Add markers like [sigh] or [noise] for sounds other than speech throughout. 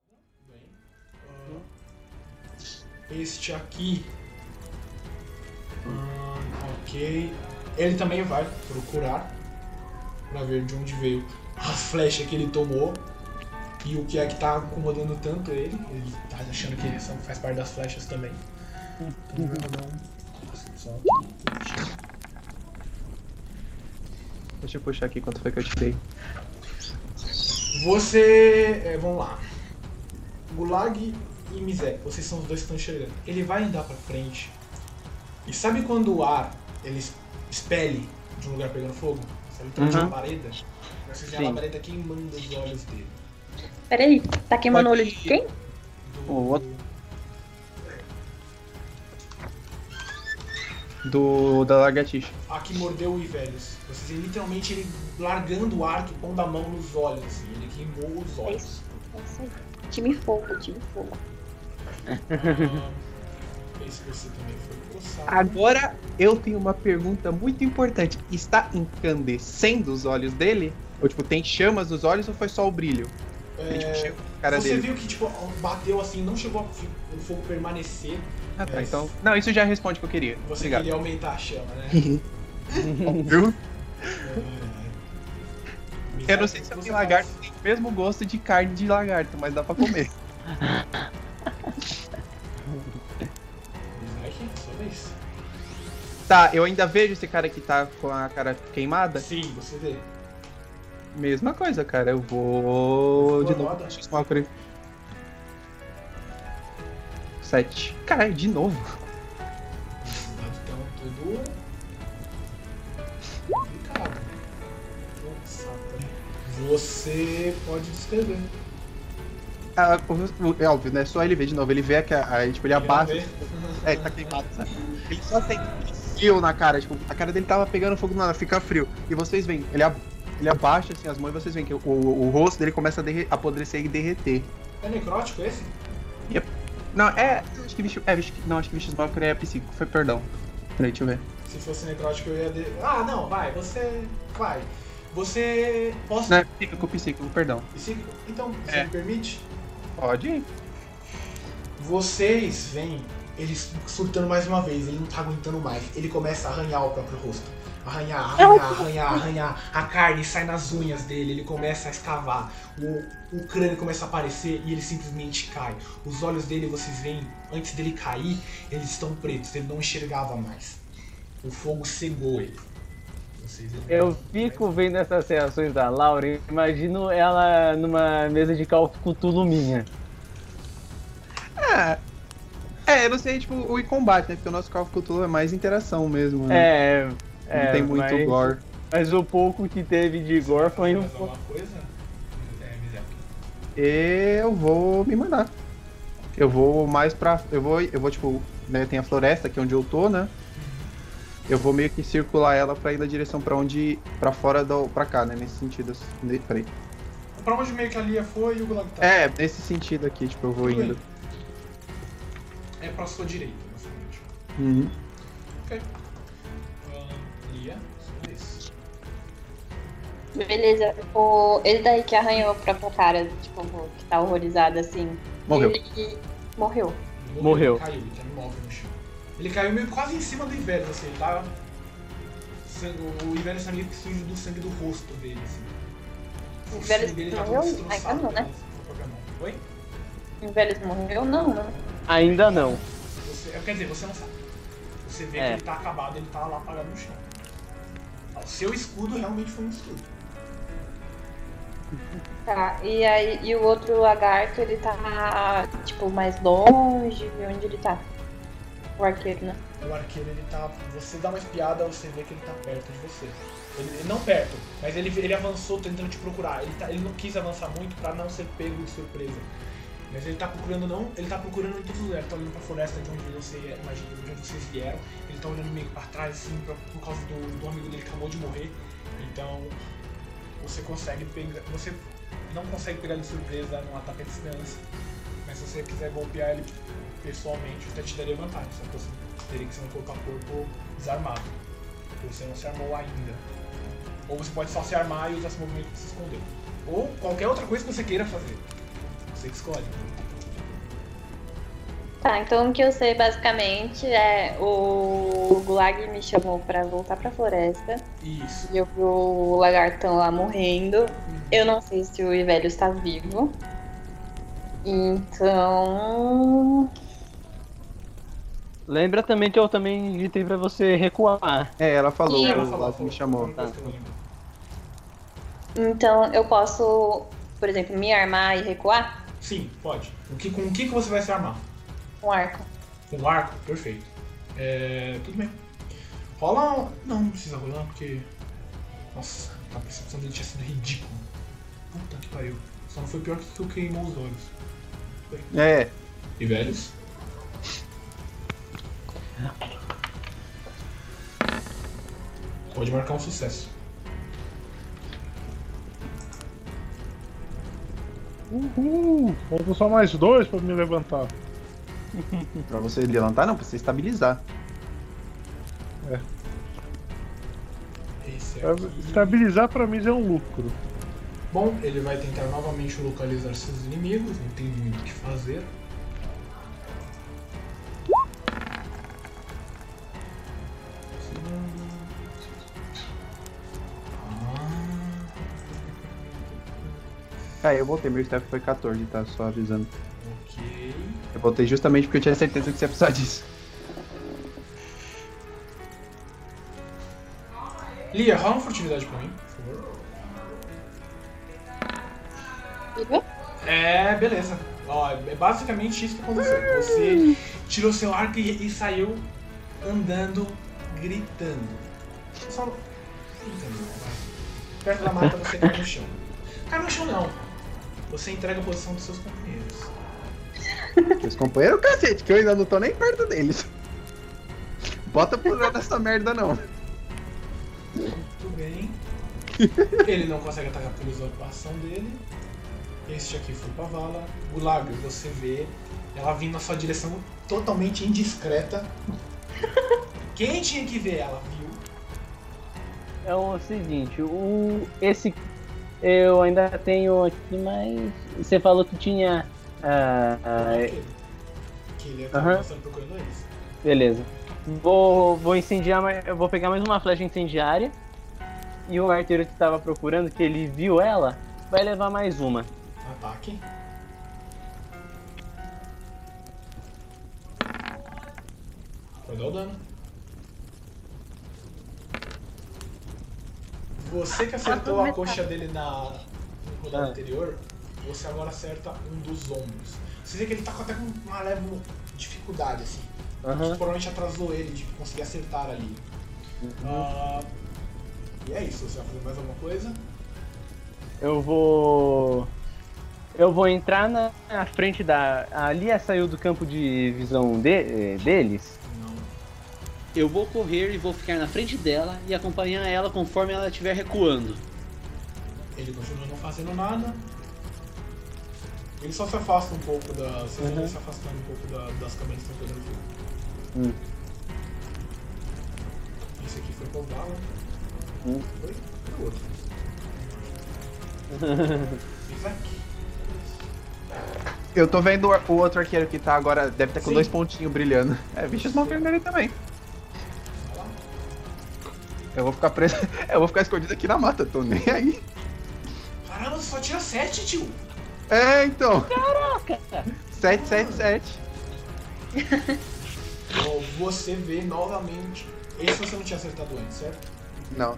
Ah, Este aqui. Hum, ok. Ele também vai procurar pra ver de onde veio a flecha que ele tomou e o que é que tá incomodando tanto ele. Ele tá achando que são- faz parte das flechas também. Então ele vai dar um. Nossa, só aqui. Deixa eu puxar aqui quanto foi que eu tirei. Você. é, vamos lá. Gulag e Mizé, vocês são os dois que estão enxergando. Ele vai andar pra frente. E sabe quando o ar ele es- expele de um lugar pegando fogo? Sabe que uhum. uma Uhum. labareda? Vocês veem a Sim. labareda queimando os olhos dele. Peraí, tá queimando o olho de Aqui. quem? Do... O outro- Do. da lagartixa. A que mordeu o Ivelius. Vocês veem literalmente ele largando o ar, pondo a mão nos olhos. assim. Ele queimou os É olhos. isso. É isso aí. Time fogo, time fogo. Ah, esse você também foi Ah, coçado. Agora eu tenho uma pergunta muito importante. Está incandescendo os olhos dele? Ou tipo, tem chamas nos olhos ou foi só o brilho? Tem, tipo, É, chama na cara você dele. viu que tipo, bateu assim, não chegou a fi- o fogo permanecer. Ah, tá, É. então. Não, isso já responde o que eu queria. Você um- Obrigado. queria aumentar a chama, né? Viu? É. Eu não sei se Você alguém faz- lagarto tem o mesmo gosto de carne de lagarto, mas dá pra comer. [laughs] Vai que é a sua vez. tá, eu ainda vejo esse cara que tá com a cara queimada. Sim, você vê. Mesma coisa, cara. Eu vou. De novo. Roda. Deixa eu somar por aí. Sete. Caralho, de novo. Esse dado Então, tudo. complicado. Nossa, cara. Você pode descrever. Ah, o- o- é óbvio, né? Só ele vê de novo. Ele vê que a, a- tipo, ele Queria abaixa. ver. É, ele tá queimado, sabe? Ele só tem frio na cara, tipo, a cara dele tava pegando fogo na hora, fica frio. E vocês veem, ele, ab- ele abaixa assim as mãos e vocês veem que o, o- o rosto dele começa a derre- apodrecer e derreter. É necrótico esse? Não, é. Acho que bicho. É, bicho, não, acho que bicho Valkyrie é psíquico, foi perdão. Peraí, deixa eu ver. Se fosse necrótico, eu ia. De... Ah, não, vai, você. Vai. Você. Posso. Não, é psíquico, psíquico, perdão. Psíquico? Então, se É. me permite. Pode ir. Vocês veem ele surtando mais uma vez, ele não tá aguentando mais. Ele começa a arranhar o próprio rosto. Arranhar, arranhar, arranhar, arranhar. A carne sai nas unhas dele, ele começa a escavar. O, o crânio começa a aparecer e ele simplesmente cai. Os olhos dele, vocês veem, antes dele cair, eles estão pretos, ele não enxergava mais. O fogo cegou ele. Vocês veem. Eu fico vendo essas reações da Laura e imagino ela numa mesa de cálculo minha. Ah. É, eu não sei, tipo, o combate, né? Porque o nosso Call of Cthulhu é mais interação mesmo, né? É. é não tem muito mas, gore. Mas o pouco que teve de gore foi um Mais alguma coisa? É, miséria. Eu vou me mandar. Eu vou mais pra. Eu vou, eu vou tipo, né? Tem a floresta aqui onde eu tô, né? Eu vou meio que circular ela pra ir na direção pra onde. pra fora do. pra cá, né? Nesse sentido. assim, ne- Peraí. Pra onde meio que a Lia foi e o Gulag tá? É, nesse sentido aqui, tipo, eu vou Tudo indo. É pra sua direita, basicamente. Uhum. Ahn, Lia, sua vez. Beleza, o... ele daí que arranhou pra própria cara, tipo, que tá horrorizado assim. Morreu. Ele morreu. Morreu. Ele caiu, ele tá imóvel no chão. Ele caiu meio quase em cima do Ivelho, assim, ele tá. Sangue, o Ivelho está meio que sujo do sangue do rosto dele, assim. O Ivelhus sangue dele morreu? todo destroçado Ai, calma, né? pela própria mão. Oi? O Velhos morreu? Não, né? Ainda não. Você, quer dizer, você não sabe. Você vê É. que ele tá acabado, ele tá lá parado no chão. Ah, O seu escudo realmente foi um escudo. Tá, e aí e o outro lagarto, ele tá, tipo, mais longe, de onde ele tá? O arqueiro, né? O arqueiro, ele tá. Você dá uma espiada, você vê que ele tá perto de você. Ele, ele- não perto, mas ele, ele avançou tentando te procurar. Ele, tá- ele não quis avançar muito pra não ser pego de surpresa. Mas ele tá procurando não. Ele tá procurando em todos os lugares. Tá olhando pra floresta de onde você é, imagina, de onde vocês vieram. Ele tá olhando meio pra trás, assim, pra- por causa do, do amigo dele que acabou de morrer. Então você consegue pegar. Você não consegue pegar ele de surpresa num ataque à distância. Mas se você quiser golpear ele pessoalmente, eu até te daria vantagem, só que você teria que ser um corpo a corpo desarmado. Porque você não se armou ainda. Ou você pode só se armar e usar esse movimento pra se esconder. Ou qualquer outra coisa que você queira fazer. Você que escolhe. Tá, então o que eu sei basicamente é o Gulag me chamou pra voltar pra floresta Isso. e eu vi o lagartão lá morrendo. Uhum. Eu não sei se o Ivelho está vivo. Então. Lembra também que eu também ditei pra você recuar. É, ela falou, Ih, Ela o falou, Lázaro me chamou. tá. foi a única coisa que eu lembro. Então eu posso, por exemplo, me armar e recuar? Sim, pode. O que, com o que, que você vai se armar? Com arco. Com o arco? Perfeito. É, tudo bem. Rola um... Não, não precisa rolar, porque... Nossa, a percepção dele tinha sido ridícula. Puta que pariu. Só não foi pior que tu queimou os olhos. É, E velhos? Pode marcar um sucesso. Uhul! Faltam só mais dois pra me levantar. pra você levantar não, pra você estabilizar. Esse Pra- aqui. Estabilizar pra mim já é um lucro. Bom, ele vai tentar novamente localizar seus inimigos, não tem muito o que fazer. Ah. Ah, eu voltei, meu staff foi 14, tá? Só avisando. Ok. Eu voltei justamente porque eu tinha certeza que você ia precisar disso. Lia, rola uma furtividade pra mim, por favor. Vivo? É, beleza. Ó, é basicamente isso que aconteceu. Você tirou seu arco e, e saiu andando, gritando. Só. Puta merda, vai. Perto da mata você cai no chão. Cai no chão não. Você entrega a posição dos seus companheiros. Meus companheiros, cacete, que eu ainda não tô nem perto deles. Bota por dentro dessa merda não. Muito bem. Ele não consegue atacar por usurpação dele. Este aqui foi pra vala. Gulag, você vê ela vindo na sua direção totalmente indiscreta. Quem tinha que ver ela, viu? É o seguinte, o. Esse. Eu ainda tenho aqui, mas. Você falou que tinha. ah, ah, Aquele. Que ele acabou Aham. passando procurando eles. beleza. Vou, vou incendiar mais. Eu vou pegar mais uma flecha incendiária. E o arteiro que tava procurando, que ele viu ela, vai levar mais uma. Um Ataque. Vai dar o dano. Você que acertou a coxa dele na no rodada Ah. anterior, você agora acerta um dos ombros. Você vê que ele tá com até com uma leve dificuldade, assim. Que Aham. provavelmente atrasou ele de conseguir acertar ali. Ah, e é isso, você vai fazer mais alguma coisa? Eu vou. Eu vou entrar na na frente da. A Lia saiu do campo de visão de- eh, deles. Não. Eu vou correr e vou ficar na frente dela e acompanhar ela conforme ela estiver recuando. Ele continua não fazendo nada. Ele só se afasta um pouco da. Vocês vão Uhum. se afastando um pouco da- das câmeras que estão pegando fogo. Hum. Esse aqui foi pro Vala. Hum. Foi? Foi o outro. [laughs] Esse aqui. Eu tô vendo o ar- o outro arqueiro que tá agora, deve estar com Sim. dois pontinhos brilhando. É, bichos vão vendo ele também. Vai lá. Eu vou ficar preso, [laughs] eu vou ficar escondido aqui na mata, tô nem aí. Caramba, só tira 7, tio! É, então. Caraca! 777. Ó, Você vê novamente. Esse você não tinha acertado antes, certo? Não,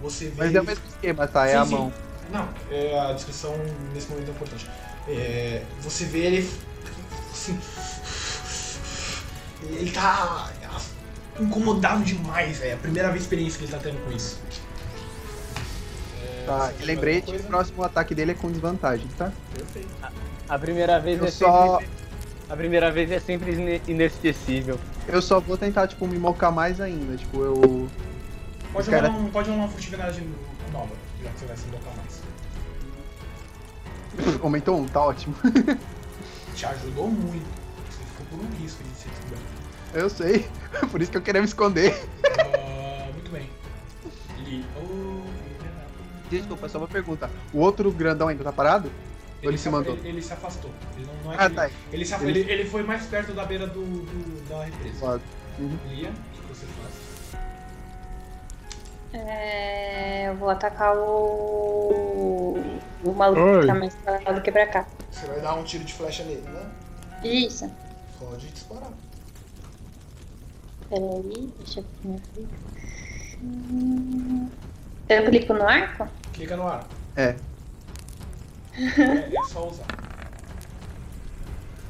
Você vê. mas é o mesmo esquema, tá? É Sim, a sim. mão. Não, é, a descrição nesse momento é importante. É, você vê ele. Assim, ele tá incomodado demais, é a primeira vez experiência que ele tá tendo com isso. É, Tá, você e tem lembrei mais que o alguma próximo ataque dele é com desvantagem, tá? coisa? Perfeito. A primeira vez Eu é só- sempre. A primeira vez é sempre ine- inesquecível. Eu só vou tentar, tipo, me mocar mais ainda. Tipo, eu. [laughs] Pode Cara- rolar um, pode rolar uma furtividade nova, já que você vai se invocar mais. Aumentou um, tá ótimo. [laughs] Te ajudou muito. Você ficou por um risco de ser descoberto. Eu sei. [laughs] Por isso que eu queria me esconder. Ah, muito bem. Li. Oh, Desculpa, só uma pergunta. O outro grandão ainda tá parado? Ou ele se mandou? Ele, ele se afastou. Ele não, não é Ah, que- tá. ele, se af- Ele- ele- ele foi mais perto da beira do, do- da represa. Claro. Lia, o que você faz? É, eu vou atacar o. O maluco Oi. que tá mais pra lá do que pra cá. Você vai dar um tiro de flecha nele, né? Isso. Pode disparar. Peraí, deixa eu ver. Hum, Eu clico no arco? Clica no ar. É. Uhum. É, é só usar.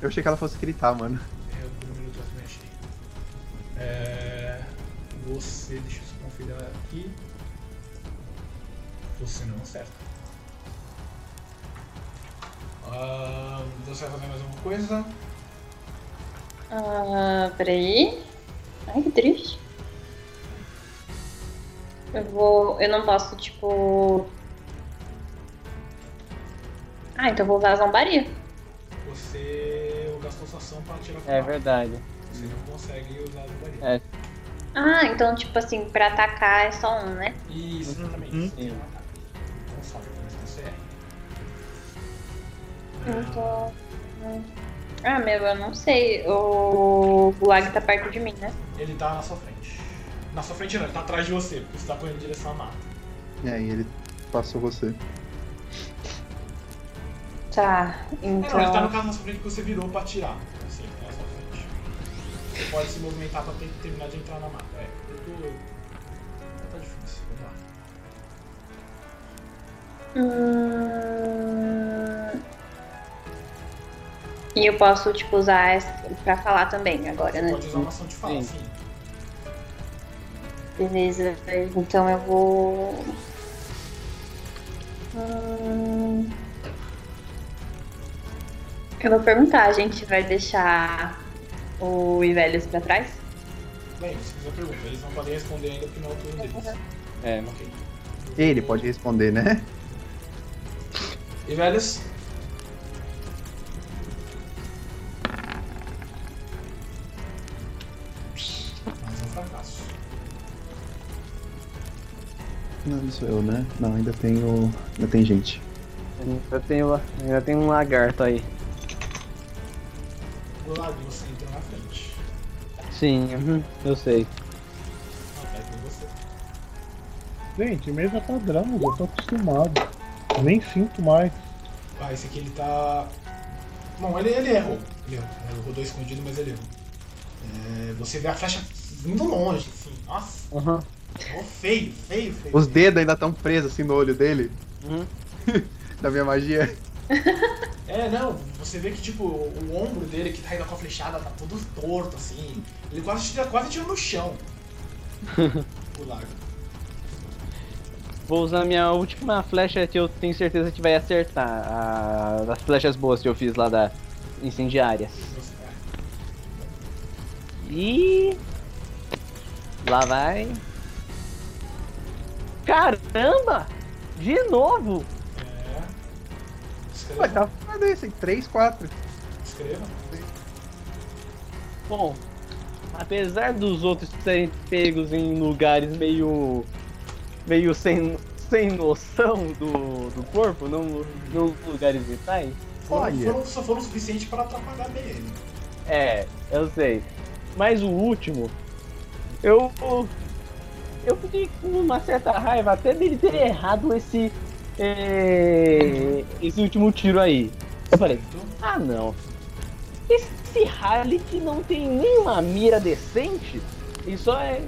Eu achei que ela fosse gritar, mano. É, o primeiro eu também achei. É, você, deixa eu só configurar aqui. Você não acerta. Ah, você vai fazer mais alguma coisa? Ah, peraí. Ai, que triste. Eu vou. Eu não posso, tipo. Ah, então eu vou usar a zombaria. Você gastou sua ação para tirar É com arco. verdade. Você não consegue usar o varia. É. Ah, então, tipo assim, pra atacar é só um, né? Isso, exatamente. Hum. Você tem um ataque. Então salve, mas você é. Hum. Então. Ah, meu, eu não sei. O Gulag tá perto de mim, né? Ele tá na sua frente. Na sua frente não, ele tá atrás de você, porque você tá correndo em direção à mata. É, e ele passou você. Tá, É, não, ele tá no então. caso na sua frente porque você virou pra atirar. Assim, ele tá na sua frente. Você pode se movimentar pra ter- terminar de entrar na mata. É, eu tô. Tá difícil, vamos lá. Hum... E eu posso, tipo, usar essa pra falar também agora, né? Pode usar uma ação de fala, Sim. sim. Beleza, então eu vou. Hum... Eu vou perguntar, a gente vai deixar o Ivelhos pra trás? Lembre, se fizer pergunta, eles não podem responder ainda porque não é o turno deles. É. Ok. Ele pode responder, né? E velhos? Mais um fracasso. Não, não sou eu, né? Não, ainda tenho. Ainda tem gente. Eu tenho, eu tenho um lagarto aí. Do lado você entra na frente. Sim, uhum, eu sei. Ah, vai com você. Gente, mesa padrão, eu tô acostumado. Nem sinto mais. Ah, esse aqui ele tá. Bom, ele, ele errou. Ele errou. Ele rodou escondido, mas ele errou. É, você vê a flecha vindo longe, assim. Nossa, Uhum. errou feio, feio, feio. Os dedos ainda estão presos assim no olho dele. Uhum. [laughs] da minha magia. É, não, você vê que tipo, o, o ombro dele que tá indo com a flechada tá todo torto, assim. Ele quase tira, quase tira no [laughs] chão. o lago. Vou usar minha última flecha que eu tenho certeza que vai acertar. A, as flechas boas que eu fiz lá da incendiária. Você- é, E. Lá vai. Caramba! De novo! é. Ué, Escreva, tá foda esse. 3, 4. escreva. Bom, apesar dos outros serem pegos em lugares meio. meio sem, sem noção do, do corpo, não, não lugares vitais. Foram, Olha. foram, só foram suficientes para atrapalhar bem ele. É, eu sei. Mas o último, eu. Eu fiquei com uma certa raiva até dele ter errado esse. eh, esse último tiro aí. Eu falei, ah não. Esse Harley que não tem nenhuma mira decente e só é.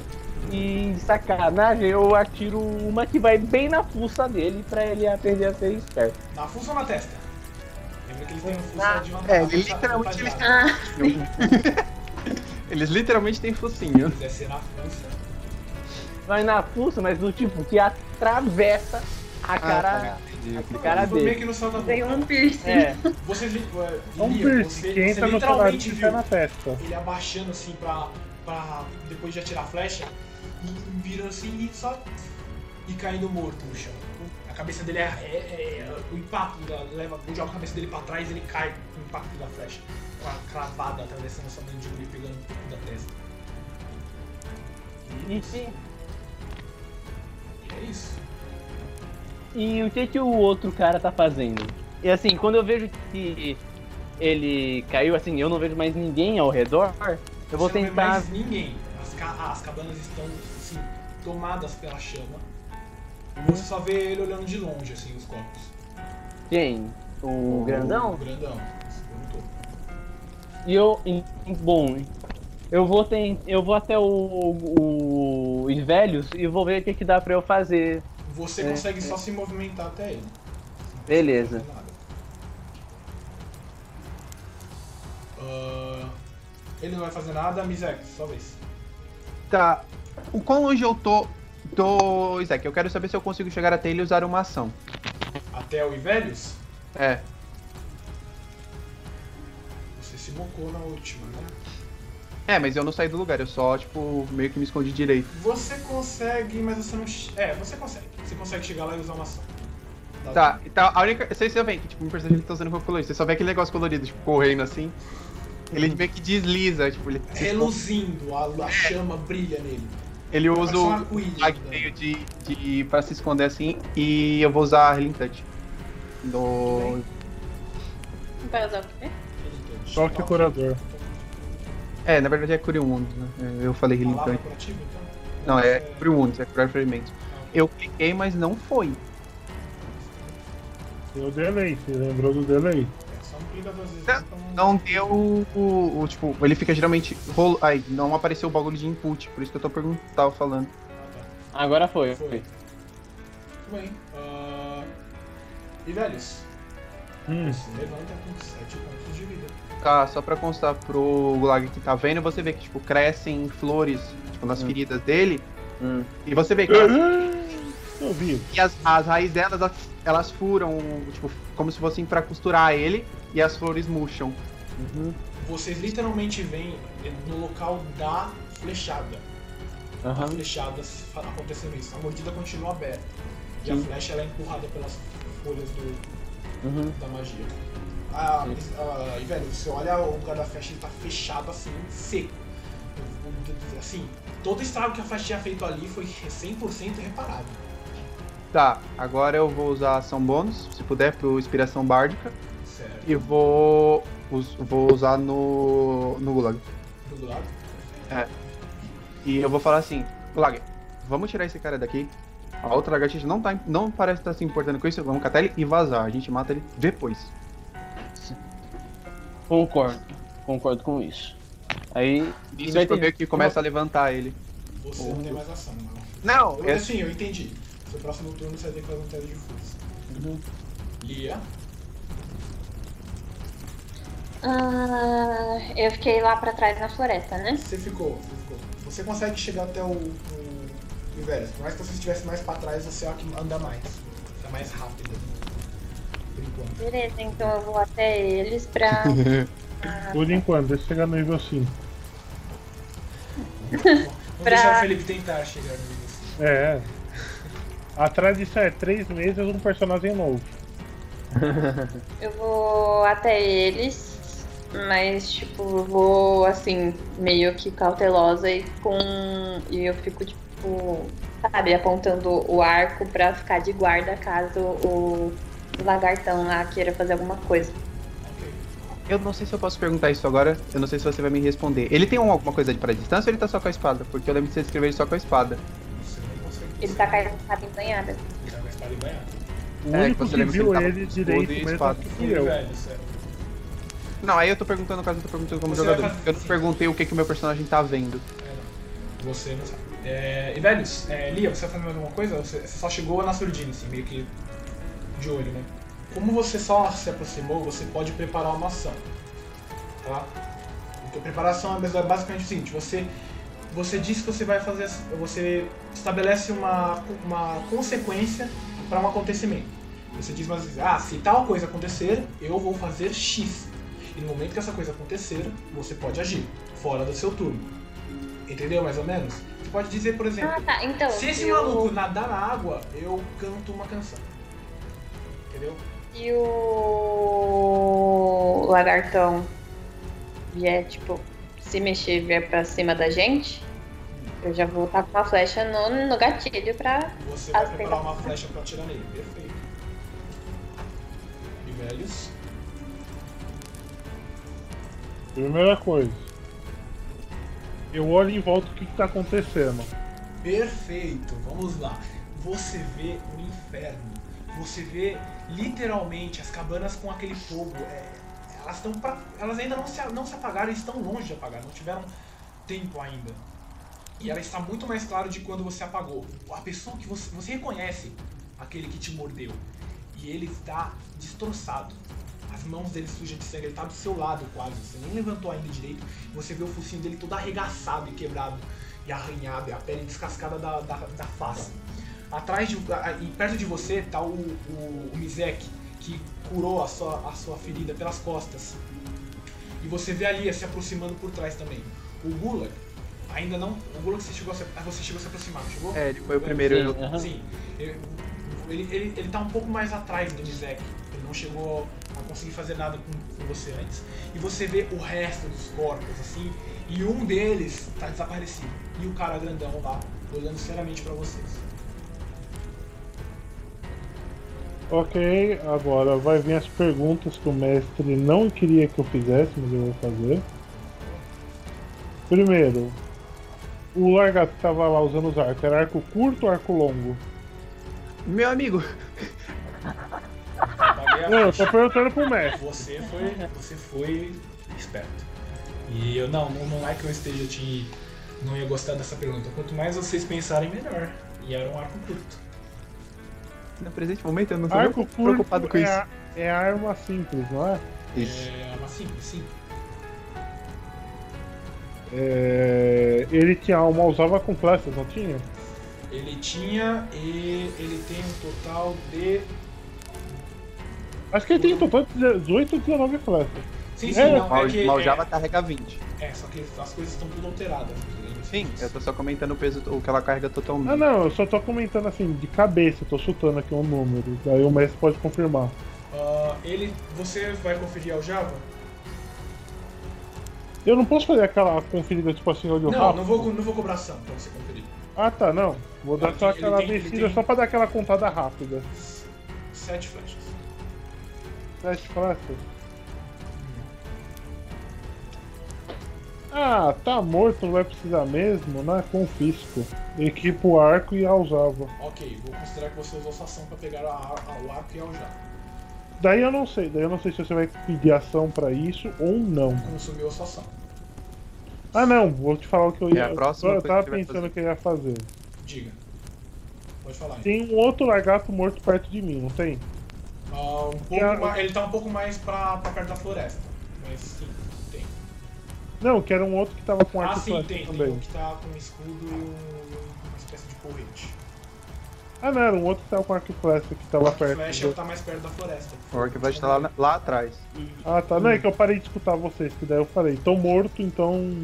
E de sacanagem eu atiro uma que vai bem na fuça dele pra ele aprender a ser esperto. Na fuça ou na testa? Lembra que ele tem um fuça Na- de É, vantagem. ele literalmente ele fantasiado. Ah, Eles literalmente têm focinho. Se quiser ser na fuça. Vai na fuça, mas do tipo que atravessa Ah, a cara. tá. a cara Foi meio dele. que no céu da boca. veio um piercing. É. Você vi- ué, É um Lia, piercing você, que você entra no seu nariz literalmente e viu sai na testa. ele abaixando assim pra, pra depois de atirar a flecha e virando assim e só e caindo morto no chão. A cabeça dele é, é- é- o impacto da, leva, joga a cabeça dele pra trás e ele cai com o impacto da flecha. Com a cravada atravessando sua mandíbula e pegando o topo da testa. E, que- E é isso. e o que que o outro cara tá fazendo? E assim, quando eu vejo que ele caiu, assim, eu não vejo mais ninguém ao redor, eu vou Você não vê tentar. mais ninguém. As, ca- as cabanas estão assim, tomadas pela chama. Uhum. Você só vê ele olhando de longe, assim, os corpos. Quem? O O grandão? grandão. Você perguntou. E eu. em- em- Bom, eu vou ten... eu vou até o, o, os velhos e vou ver o que, que dá pra eu fazer. Você É, consegue só se movimentar até ele. Não precisa Beleza. fazer nada. Ah, ele não vai fazer nada, Mizek, só vez. Tá. O quão longe eu tô do Isaac? Eu quero saber se eu consigo chegar até ele e usar uma ação. Até o Ivelhos, É. você se mocou na última, né? É, mas eu não saí do lugar, eu só, tipo, meio que me escondi direito. Você consegue, mas você não. che- É, você consegue. Você consegue chegar lá e usar uma ação. Tá, então a única. Vocês só veem que, tipo, um personagem que tá usando roupa colorida. Vocês só vê aquele negócio colorido, tipo, correndo assim. Ele meio que desliza, tipo, ele. Reluzindo, a, a chama brilha nele. Ele É. usa Parece um o arco-íris. tag né? meio de, de. pra se esconder assim. E eu vou usar a Healing Touch. Do. Vai usar o quê? Choque curador. É, na verdade é Cure Wounds, né? Eu falei Healing Palavra Touch. curativa, então? Não, é Cure Wounds, é Curar Fragmentos. Eu cliquei, mas não foi. Tem o delay, você lembrou do delay? É, Só não clica duas vezes. Não, então- Não deu o, o- o, Tipo, ele fica geralmente. Rolo... Aí, não apareceu o bagulho de input, por isso que eu tô perguntando, tava falando. Ah, tá. Agora foi. Foi. Tudo bem. Ah, E velhos, Hum, você levanta com 7 pontos de vida. Tá, só pra constar pro Gulag que tá vendo, você vê que, tipo, crescem flores, tipo, nas feridas dele. Hum. E você vê que eu vi. E as, as raízes delas, elas, elas furam, tipo, como se fossem pra costurar ele, e as flores murcham. Vocês literalmente vêm no local da flechada. A Aham. Então, flechada fa- acontecendo isso. A mordida continua aberta. E a Sim. flecha ela é empurrada pelas folhas do- Uhum. da magia. Ah, ah, e velho, você olha o lugar da flecha, ele tá fechado assim, seco. O- o- Assim, todo estrago que a flecha tinha feito ali foi 100% reparado. Tá, agora eu vou usar ação bônus, se puder, pro Inspiração Bárdica, Certo. e vou, us- vou usar no, no Gulag. Do lado. E eu vou falar assim, Gulag, vamos tirar esse cara daqui, a outra lagartixa não, tá, não parece estar se importando com isso, vamos catar ele e vazar, a gente mata ele depois. Concordo. Concordo com isso. Aí. Isso vai tipo, ter- meio que começa a levantar ele. Você não tem mais ação, mano. Não, Eu, assim, eu entendi. Seu próximo turno você vai ter que fazer um teste de força. Lia, Ah, eu fiquei lá pra trás na floresta, né? você ficou, você ficou. Você consegue chegar até o, o Iveres. Por mais que você estivesse mais pra trás, você é o que anda mais. Você é mais rápido. Por enquanto. Beleza, então eu vou até eles pra. Por enquanto, deixa eu chegar no nível 5. Vamos Pra- deixar o Felipe tentar chegar no Iveres. É. Atrás disso é três meses um personagem novo. Eu vou até eles, mas tipo, eu vou assim, meio que cautelosa e com. E eu fico, tipo, sabe, apontando o arco pra ficar de guarda caso o lagartão lá queira fazer alguma coisa. Eu não sei se eu posso perguntar isso agora, eu não sei se você vai me responder. Ele tem um- alguma coisa de para distância ou ele tá só com a espada? Porque eu lembro de você descrever ele só com a espada. Você não consegue. Ele tá caindo com a espada empanhada. Ele tá com a espada em banhar. O É, único quando que lembra que viu ele tava com ele direito escudo e mesmo espada. que fui eu. Iveres, é. Não, aí eu tô perguntando, no caso eu tô perguntando como Você vai jogador. fazer- porque Eu não perguntei o que que o meu personagem tá vendo. Você não sabe. É, e velhos, é, Lia, você tá fazendo alguma coisa? Você, você só chegou na surdina, assim, meio que de olho, né? Como você só se aproximou, você pode preparar uma ação. Tá? Porque a preparação é bas- é basicamente o seguinte, você, você diz que você vai fazer. as- Você estabelece uma, uma consequência para um acontecimento. Você diz, mas ah, se tal coisa acontecer, eu vou fazer X. E no momento que essa coisa acontecer, você pode agir, fora do seu turno. Entendeu mais ou menos? Você pode dizer, por exemplo, Ah, tá. Então. se esse eu- maluco nadar na água, eu canto uma canção. Entendeu? E o lagartão vier, tipo, se mexer e vier pra cima da gente, eu já vou estar com a flecha no, no gatilho pra. Você vai Ah, sim. preparar uma flecha pra atirar nele. Perfeito. E velhos. Primeira coisa. Eu olho em volta o que, que tá acontecendo. Perfeito, vamos lá. Você vê o inferno. Você vê literalmente as cabanas com aquele fogo. é, elas estão pra- elas ainda não se, não se apagaram, estão longe de apagar, não tiveram tempo ainda. E ela está muito mais clara de quando você apagou. A pessoa que você, você reconhece, aquele que te mordeu, e ele está destroçado. As mãos dele sujas de sangue, ele está do seu lado quase. Você nem levantou ainda direito. Você vê o focinho dele todo arregaçado e quebrado e arranhado, e a pele descascada da, da, da face. Atrás de, a- e perto de você tá o, o, o Mizek, que curou a sua, a sua ferida pelas costas. E você vê a Lia se aproximando por trás também. O Gulag ainda não. O Gulag você chegou a se, ah, você chegou a se aproximar, não chegou? É, ele foi o primeiro. Sim, aham. Sim. Ele, ele, ele, ele tá um pouco mais atrás do Mizek. Ele não chegou a conseguir fazer nada com, com você antes. E você vê o resto dos corpos, assim, e um deles tá desaparecido. E o cara grandão lá, olhando seriamente pra vocês. Ok, agora vai vir as perguntas que o mestre não queria que eu fizesse, mas eu vou fazer. Primeiro, o largato que tava lá usando os arcos, era arco curto ou arco longo? Meu amigo, [laughs] Paguei a Não, eu ficha. tô perguntando pro mestre. Você foi, você foi esperto. E eu não, não, não é que eu esteja te. Não ia gostar dessa pergunta. Quanto mais vocês pensarem, melhor. E era um arco curto. no presente momento [laughs] eu não tô nem Arco curto preocupado com é, isso. a- é a arma simples, não é? Isso. É uma simples, sim. É, Ele tinha uma usava com flechas, não tinha? Ele tinha e ele tem um total de. Acho que ele tem em total de 18 ou 19 flechas. Sim, sim, É, não. Mal, é, que, Mal é- Java carrega 20. é, só que as coisas estão tudo alteradas. né? Sim, eu tô só comentando o peso, o que ela carrega totalmente. Ah não, eu só tô comentando assim, de cabeça, eu tô chutando aqui um número. Daí o mestre pode confirmar. Ah, ele. Você vai conferir ao Java? Eu não posso fazer aquela conferida tipo assim, olho não, rápido? não vou, co- não vou cobrar ação pra você conferir. Ah tá, não. Vou dar Ele só tem- aquela ele tem- ele descida tem- só pra dar aquela contada rápida. Sete flechas. Sete flechas. Ah, tá morto, não vai precisar mesmo, né? Confisco. Equipa o arco e a usava. Ok, vou considerar que você usou sua ação pra pegar a, a- o arco e ao Java. Daí eu não sei, daí eu não sei se você vai pedir ação pra isso ou não. Consumiu a sua ação. Ah não, vou te falar o que eu É, ia a próxima Eu coisa tava que ele vai pensando fazer. que eu ia fazer. Diga. Pode falar. Hein? Tem um outro lagarto morto perto de mim, não tem? Ah, um pouco E a- ma- Ele tá um pouco mais pra, pra perto da floresta. Mas sim, tem. Não, que era um outro que tava com Ah, arco e sim, flecha tem. Tem um também. que tá com um escudo e um- uma espécie de porrete. Ah não, era um outro que tava com arco e flecha que tava A perto. flecha do- tá mais perto da floresta. O Orc vai estar lá, na- lá atrás. Ah tá, não é que eu parei de escutar vocês, que daí eu falei, tô morto, então.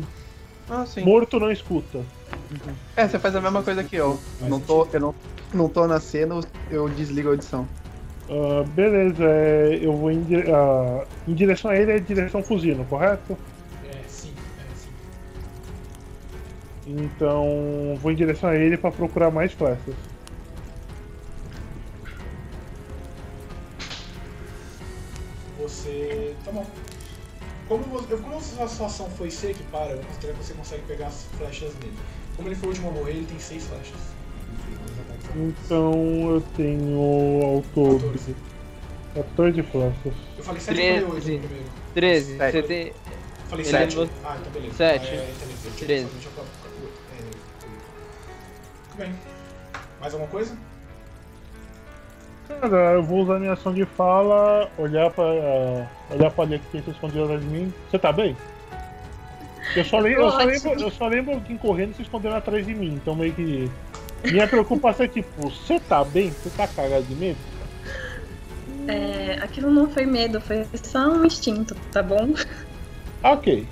Ah, sim. Morto não escuta. É, você faz a mesma coisa que eu. Faz Não tô, eu não, não tô na cena, eu desligo a audição. Ah, beleza, é, eu vou em, dire- ah, em direção a ele, é direção fuzino, correto? É, sim, é, sim. Então vou em direção a ele pra procurar mais flechas. Você. Tá bom. Como, você, como a sua ação foi ser que para, eu considero que você consegue pegar as flechas dele. Como ele foi o último a morrer, ele tem seis flechas. Então eu tenho ao todo 14. 14 flechas. Eu falei sete eu falei Treze. oito primeiro. 13, Sete. você tem. Eu Falei Ele sete levou- Ah, então beleza. Sete. Ah, é, então beleza. Eu tinha Treze. pensado, eu tinha falado, é, oito. Tudo bem. Mais alguma coisa? Cara, eu vou usar minha ação de fala, olhar pra. ah, olhar pra ali que tem se escondendo atrás de mim. Você tá bem? Eu só, lembro, eu, só lembro, eu só lembro alguém correndo e se escondendo atrás de mim, então meio que. Minha preocupação é tipo, você tá bem? Você tá cagado de medo? É, aquilo não foi medo, foi só um instinto, tá bom? Ah, Ok.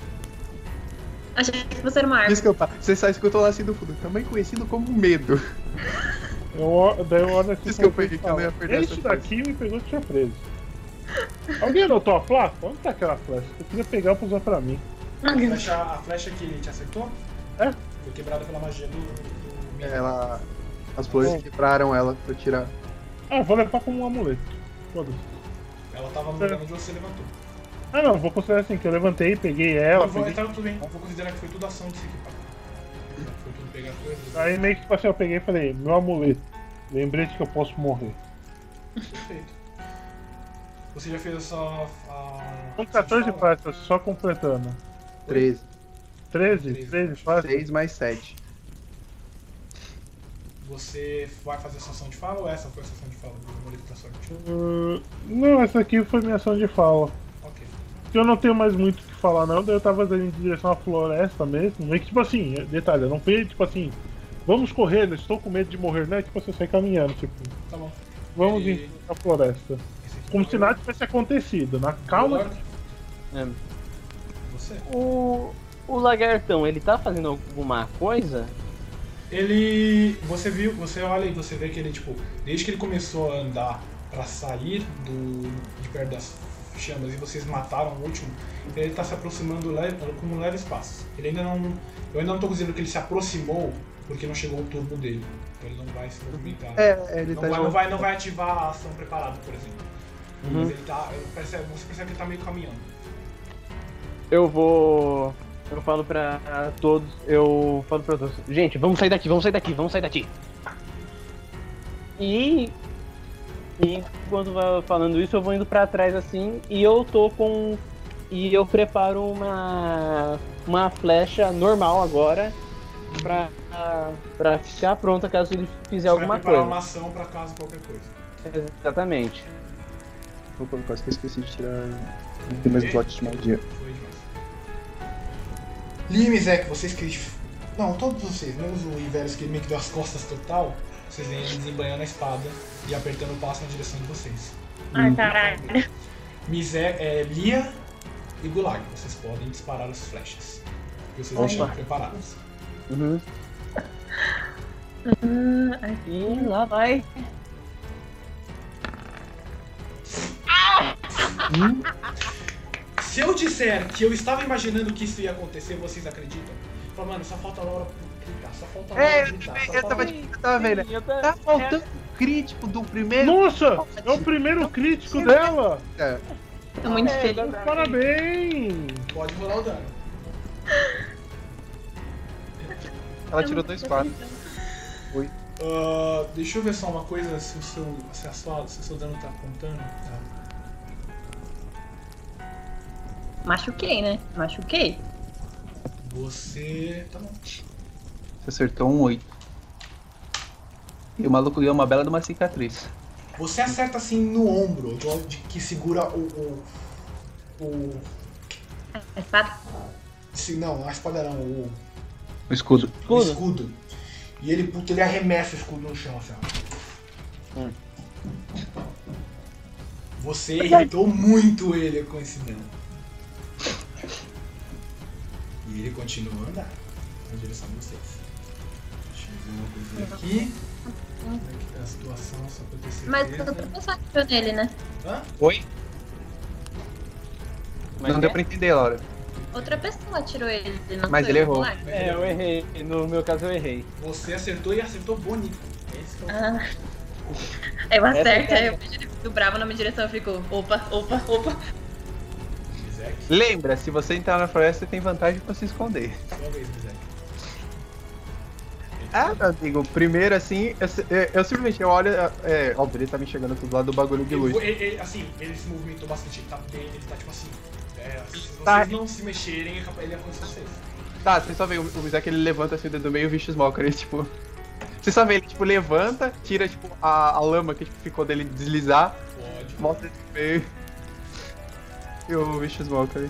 Achei que você era uma árvore. Desculpa, você só escutou lá assim do fundo, também conhecido como medo. Eu, o- daí eu olho assim. Desculpa, pra ele e Henrique, eu não ia falo, é perder essa Isso daqui me pegou de surpresa. Alguém anotou a placa? Onde tá aquela flecha? Eu queria pegar pra usar pra mim. A flecha, a flecha que te acertou? Ah, É. Foi quebrada pela magia do. do, É. do Ela. É. As flores quebraram ela pra tirar. Ah, eu vou levar como um amuleto. Foda-se. Ela Ela tava no lugar onde você levantou. Ah não, vou considerar assim, que eu levantei, peguei ela, Eu vou, peguei- então tudo bem, eu vou considerar que foi tudo ação de se equipar. Foi tudo pegar coisas. aí meio que tipo assim, eu peguei e falei, meu amuleto, lembrete que eu posso morrer. Perfeito. Você já fez a sua. A... Com 14 para. pastas, só completando. 13. 13? 13 pastas? 6 mais 7. Você vai fazer a sua ação de fala ou essa foi a sua ação de fala? O tá amuleto da sorte. Uh, não, essa aqui foi minha ação de fala. Ok. Porque eu não tenho mais muito o que falar, não. Daí eu tava indo em direção à floresta mesmo. Meio que, tipo assim, detalhe, eu não fui, tipo assim, vamos correr, eu estou com medo de morrer, né? Tipo assim, eu saí caminhando, tipo, Tá bom. vamos Ele- em na floresta. Esse aqui tá Como foi se nada tivesse acontecido, na calma. Lorca. é. Você. O, o lagartão, ele tá fazendo alguma coisa? Ele. Você viu, você olha e você vê que ele, tipo, desde que ele começou a andar pra sair do. de perto das chamas e vocês mataram o último, ele tá se aproximando leve, como leve espaço. Ele ainda não. Eu ainda não tô dizendo que ele se aproximou porque não chegou o turbo dele. Então ele não vai se movimentar. É, ele não, tá vai, jogando. não, vai, não vai ativar a ação preparada, por exemplo. Uhum. Mas ele tá. ele percebe- você percebe que ele tá meio caminhando. Eu vou. Eu falo pra todos. Eu falo pra todos. Gente, vamos sair daqui, vamos sair daqui, vamos sair daqui. E. E enquanto vai falando isso, eu vou indo pra trás assim. E eu tô com. E eu preparo uma. Uma flecha normal agora. Pra. Pra ficar pronta caso ele Você fizer alguma vai preparar coisa. uma ação pra caso qualquer coisa. Exatamente. Vou colocar, acho que eu esqueci de tirar. Não tem mais Ok. slot de magia. Foi demais. é Limizek, vocês que. Não, todos vocês, menos o Iveros que meio que deu as costas total, Vocês vêm ele desembanhando a espada e apertando o passo na direção de vocês. Ai, caralho. Misé, é, Lia e Gulag, vocês podem disparar as flechas. Que vocês Opa. deixaram preparadas. Uhum. Hum, ai, E lá vai. Se eu disser que eu estava imaginando que isso ia acontecer, vocês acreditam? Fala, mano, só falta a Laura gritar, só falta a Laura É, gritar. só Eu falta- tava, de- eu tava vendo. Eu tô- Tá faltando crítico do primeiro. Nossa, é o primeiro crítico dela! tô muito É, feliz. Parabéns! Pode rolar o dano. Ela tirou dois quatro. Ah, deixa eu ver só uma coisa, se o seu, se a sua, se o seu dano tá contando. Tá. Machuquei, né? Machuquei. Você. Tá bom. Você acertou um 8. E o maluco ganhou uma bela de uma cicatriz. Você acerta assim no ombro, de onde que segura o- o, o A espada Sim, não, a espada não, o, o O Um escudo. Escudo. escudo. E ele, puta, ele arremessa o escudo no chão, assim, ó. Hum. Você irritou muito ele com esse dano. E ele continua a andar na direção de vocês. Deixa eu ver uma coisa aqui. Como é que tá a situação, só pra eu ter certeza. Mas eu tô pensando que deu nele, né? Hã? Mas não deu pra entender, Laura. Outra pessoa atirou ele, não Mas foi ele o errou. Gulag. É, eu errei. No meu caso, eu errei. tá? Você acertou e acertou bonito. Esse que é o Ah. Eu acerto, é Essa aí eu vejo ele do bravo na minha direção e fico, opa, opa, opa. Mizek. Lembra, se você entrar na floresta, você tem vantagem pra se esconder. Sua vez, Mizek. Ah, meu amigo, primeiro assim, eu, se- é, eu simplesmente eu olho. É, óbvio, ele tá me chegando do lado do bagulho de Ele, luz. ele- ele- assim, ele se movimentou bastante, ele tá bem, ele tá tipo assim. É, se vocês Tá. não se mexerem, é capaz- ele alcança vocês. Tá, você só vê o, o Isaac ele levanta assim o dedo do meio e o bicho esmoca, ele tipo. Você só vê ele, tipo, levanta, tira, tipo, a, a lama que tipo, ficou dele deslizar, Pode. mostra ele no meio. E o bicho esmoca ele.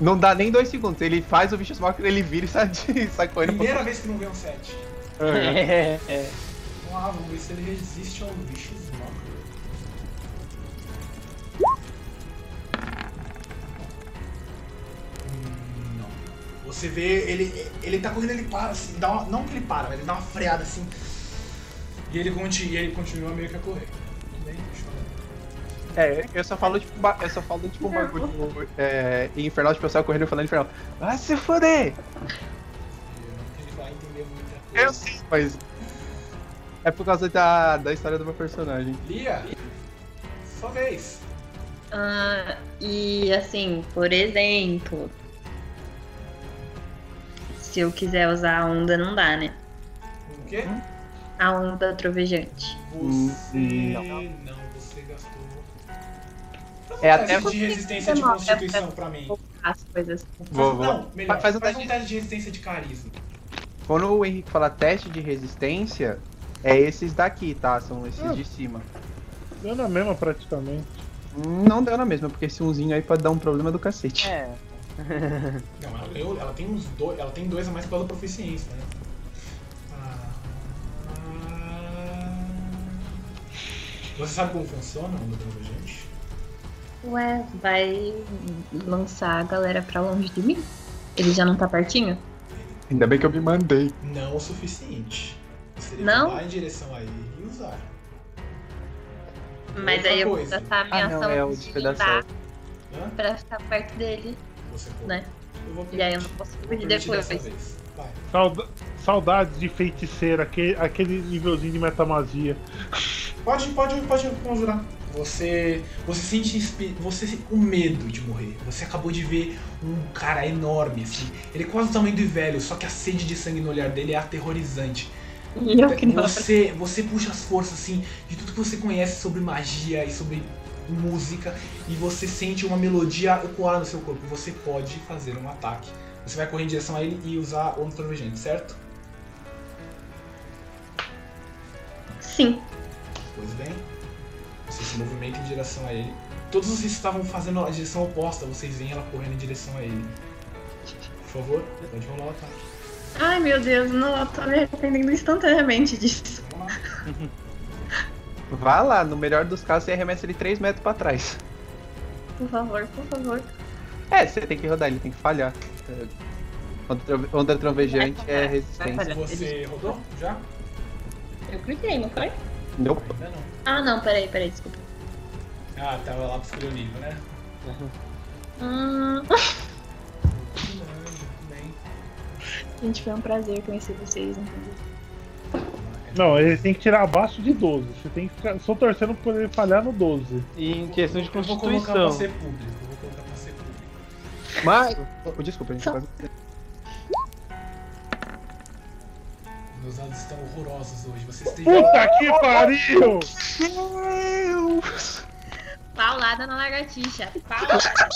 Não dá nem dois segundos, ele faz o bicho esmoca, ele vira e sai, de- [laughs] sai correndo pra Primeira vez que não ganha um 7. É, Vamos lá, vamos ver se ele resiste ao bicho esmaga. Hum, não. Você vê, ele, ele tá correndo, ele para assim, dá uma- não que ele para, mas ele dá uma freada assim. E ele, conti- e ele continua meio que a correr. Tudo bem? Deixa eu ver. É, eu só falo, tipo, ba- eu só falo, tipo, um bagulho é, em Infernal, tipo, eu saio correndo e falando Infernal. Vai se fuder! Ele vai entender muita coisa. Eu sei, mas É por causa da, da história do meu personagem. Lia, sua vez. Ah, e assim, por exemplo. Se eu quiser usar a onda, não dá, né? O quê? A onda trovejante. Você. Não, Não, você gastou. É até Teste de resistência de Foi mal, constituição pra mim. As coisas. Vou, vou. Não, melhor. Faz Faz um um teste. teste de resistência de carisma. Quando o Henrique fala teste de resistência, é esses daqui, tá? São esses de cima. Deu na mesma praticamente. Não deu na mesma, porque esse umzinho aí pode dar um problema do cacete. É. Não, ela, eu- ela tem uns dois. Ela tem dois a mais pela proficiência, né? Ah. Você sabe como funciona a onda trovejante? Ué, vai lançar a galera pra longe de mim? Ele já não tá pertinho? Ainda bem que eu me mandei. Não o suficiente. Você teria Não? que andar em direção a ele e usar. Mas Outra aí eu vou coisa. gastar a minha Ah, não, ação é o de despedaçar. limpar Hã? pra ficar perto dele. né? Você pode. Né? Eu vou E aí eu permitir- não posso eu vou fugir permitir depois. dessa vez. Vai. Sauda- saudades de feiticeira, aquele, aquele nívelzinho de metamagia. Pode, pode, pode conjurar. Você, você sente inspi- você se- o medo de morrer. Você acabou de ver um cara enorme, assim. Ele é quase o tamanho do velho, só que a sede de sangue no olhar dele é aterrorizante. [laughs] É E eu que não. Você, você puxa as forças assim de tudo que você conhece sobre magia e sobre música e você sente uma melodia ecoar no seu corpo. Você pode fazer um ataque. Você vai correr em direção a ele e usar o trovejante, certo? Sim. Pois bem, você se movimenta em direção a ele. Todos vocês que estavam fazendo a direção oposta, vocês veem ela correndo em direção a ele. Por favor, pode rolar o ataque. Ai meu Deus, não, eu tô me arrependendo instantaneamente disso. Vamos lá. Vá lá, no melhor dos casos você arremessa ele 3 metros pra trás. Por favor, por favor. É, você tem que rodar, ele tem que falhar. É, onda trove- Onda trovejante Vai é resistência. falhar. Você rodou? Já? Eu cliquei, não foi? Nope. Ainda não. Ah não, peraí, peraí, desculpa. Ah, tava lá pra escolher o nível, né? Hum, Tudo bem. gente, foi um prazer conhecer vocês. inclusive. Não, ele tem que tirar abaixo de 12. Você tem que ficar. Só torcendo por ele falhar no 12. E em questão de Eu vou colocar pra constituição. ser público. eu Vou colocar pra ser público. Mas. Oh, desculpa, gente. quase- Meus dados estão horrorosos hoje. Vocês têm. Puta que pariu! [laughs] Meu Deus! Paulada na lagartixa. Paulada. né?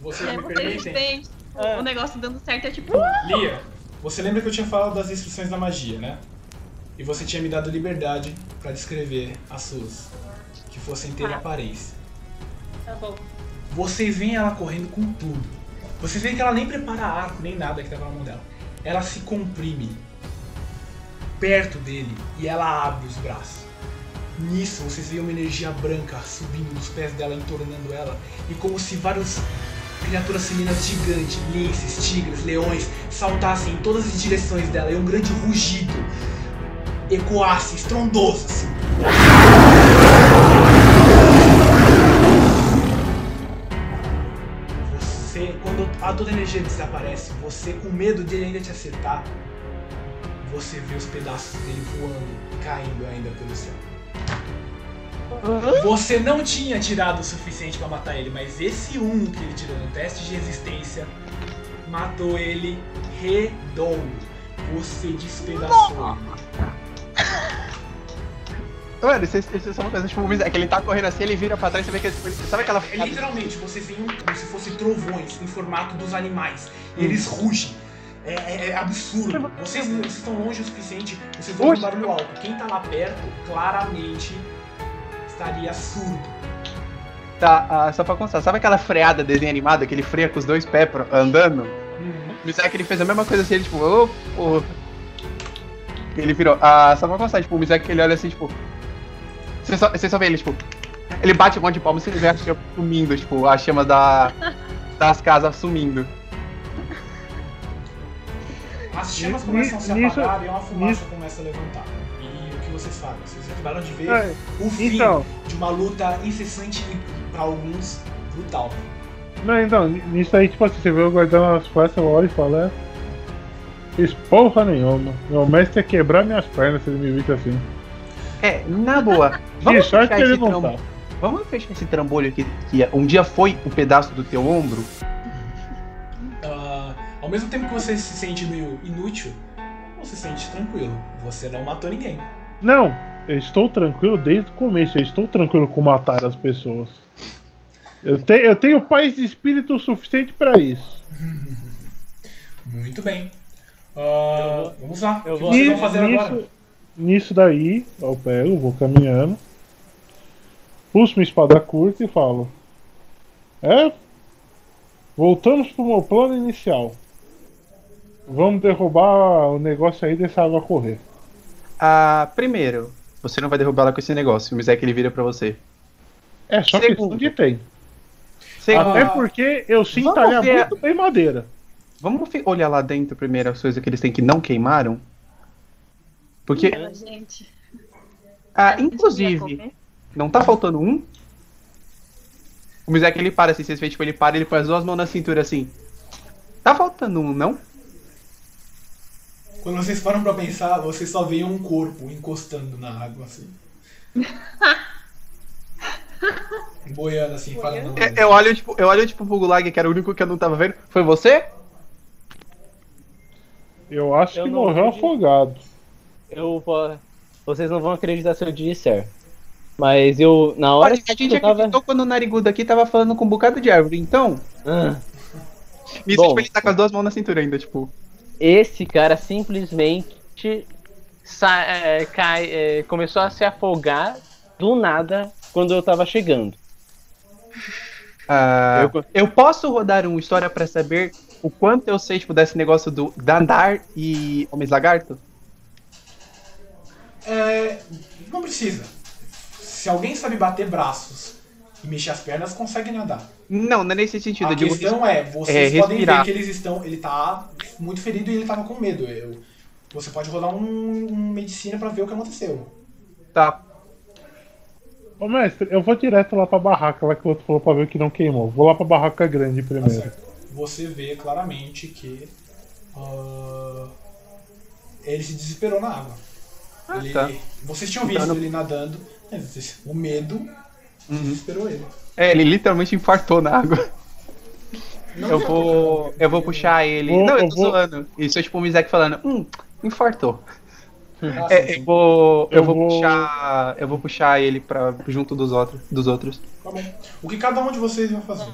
Vocês É, me vocês permitem? veem, tipo, o negócio dando certo é tipo. Lia, você lembra que eu tinha falado das instruções da magia, né? E você tinha me dado liberdade pra descrever as suas, que fossem ter aparência. Tá bom. Vocês veem ela correndo com tudo. Vocês veem que ela nem prepara arco, nem nada que tava na mão dela. Ela se comprime perto dele e ela abre os braços. Nisso, vocês veem uma energia branca subindo dos pés dela, entornando ela. E como se vários criaturas felinas gigantes, linces, tigres, leões, saltassem em todas as direções dela e um grande rugido ecoasse, estrondoso assim. Você, quando a toda energia desaparece, você com medo dele ainda te acertar, você vê os pedaços dele voando, caindo ainda pelo céu. Você não tinha tirado o suficiente pra matar ele, mas esse um que ele tirou no teste de resistência matou ele redondo. Você despedaçou ele. Mano, isso, isso é só uma coisa, tipo, é que ele tá correndo assim, ele vira pra trás, você vê que ele, sabe aquela É literalmente, você vê um, como se fossem trovões em formato dos animais. Hum. E eles rugem. É, é- é absurdo. Vocês, vocês estão longe o suficiente, vocês ouvem um Puxa. barulho alto. Quem tá lá perto, claramente, estaria surdo. Tá, ah, só pra constar, sabe aquela freada desenho animado que ele freia com os dois pés pra- andando? Hum. Mizar que ele fez a mesma coisa assim, ele tipo, ô, porra. Ele virou, ah, só pra constar, tipo, o Mizek ele olha assim, tipo. Você só, você só vê ele, tipo. Ele bate um monte de palmas e ele vê a chama sumindo, tipo, a chama da, das casas sumindo. As chamas Ni- começam a se nisso- apagar e uma fumaça nisso- começa a levantar. E o que vocês fazem? Vocês acabaram de ver É, o fim então, de uma luta incessante e, pra alguns, brutal. não, então, nisso aí, tipo assim, você vê eu guardando as costas, eu olho e falo, é. Fiz porra nenhuma. Meu mestre ia quebrar minhas pernas se ele me visse assim. É, na boa. Que Vamos sorte fechar que ele esse não tá. trambolho. Vamos fechar esse trambolho aqui que um dia foi o pedaço do teu ombro. Ah, ao mesmo tempo que você se sente meio inútil, você se sente tranquilo. Você não matou ninguém. Não, eu estou tranquilo desde o começo. Eu estou tranquilo com matar as pessoas. Eu, te, eu tenho paz de espírito o suficiente pra isso. Muito bem. Ah, vamos lá. eu o que vou- vocês Ni- vão fazer agora? nisso, nisso daí, eu pego, vou caminhando, puxo minha espada curta e falo: É, voltamos pro meu plano inicial. Vamos derrubar o negócio aí dessa água correr. Ah, primeiro, você não vai derrubar ela com esse negócio, mas é que ele vira pra você. É só Segundo. questão de tempo. Segundo, Até porque eu sim Vamos talhar ver. muito bem madeira. vamos fi- olhar lá dentro primeiro as coisas que eles têm que não queimaram? Porque, Ela, gente. ah, a gente ia inclusive, comer. não tá faltando um? O Mizek ele para assim, vocês veem, tipo, ele para, ele põe as duas mãos na cintura assim. Tá faltando um, não? Quando vocês param pra pensar, vocês só veem um corpo encostando na água, assim. [laughs] Boiando, assim, falando. Eu, eu olho, tipo, eu olho, tipo, pro Gulag, que era o único que eu não tava vendo. Foi você? Eu acho Eu que não morreu acredito. afogado. Eu vou. Vocês não vão acreditar se eu disser. Mas eu, na hora Olha, que a gente eu tava. acreditou quando o narigudo aqui tava falando com um bocado de árvore, então. Ah, Isso, Bom. tipo, ele tá com as duas mãos na cintura ainda, tipo. esse cara simplesmente sa- é, cai- é, começou a se afogar do nada quando eu tava chegando. Ah, Eu- eu... posso rodar um história pra saber o quanto eu sei, tipo, desse negócio do Dandar e Homens Lagarto? É, não precisa. Se alguém sabe bater braços e mexer as pernas, consegue nadar. Não, não é nesse sentido. a eu digo, questão é, vocês é, podem ver respirar. que eles estão. Ele tá muito ferido e ele tava com medo. Eu- você pode rolar um, um medicina pra ver o que aconteceu. tá. Ô mestre, eu vou direto lá pra barraca, lá que o outro falou pra ver que não queimou. Vou lá pra barraca grande Tá primeiro. certo. Você vê claramente que. ah, ele se desesperou na água. Ele- tá. Vocês tinham visto Então, Uhum. ele nadando, mas o medo desesperou ele. É, ele literalmente infartou na água. Não Eu tem vou. problema. Eu vou puxar ele. Vou- não, eu eu tô vou- zoando. Isso é tipo o Mizek falando, hum, infartou. Ah, sim, É, sim. eu vou. Eu, Eu vou, vou- puxar. Eu vou puxar ele pra, junto dos outros. Dos outros. Tá bom. O que cada um de vocês vai fazer?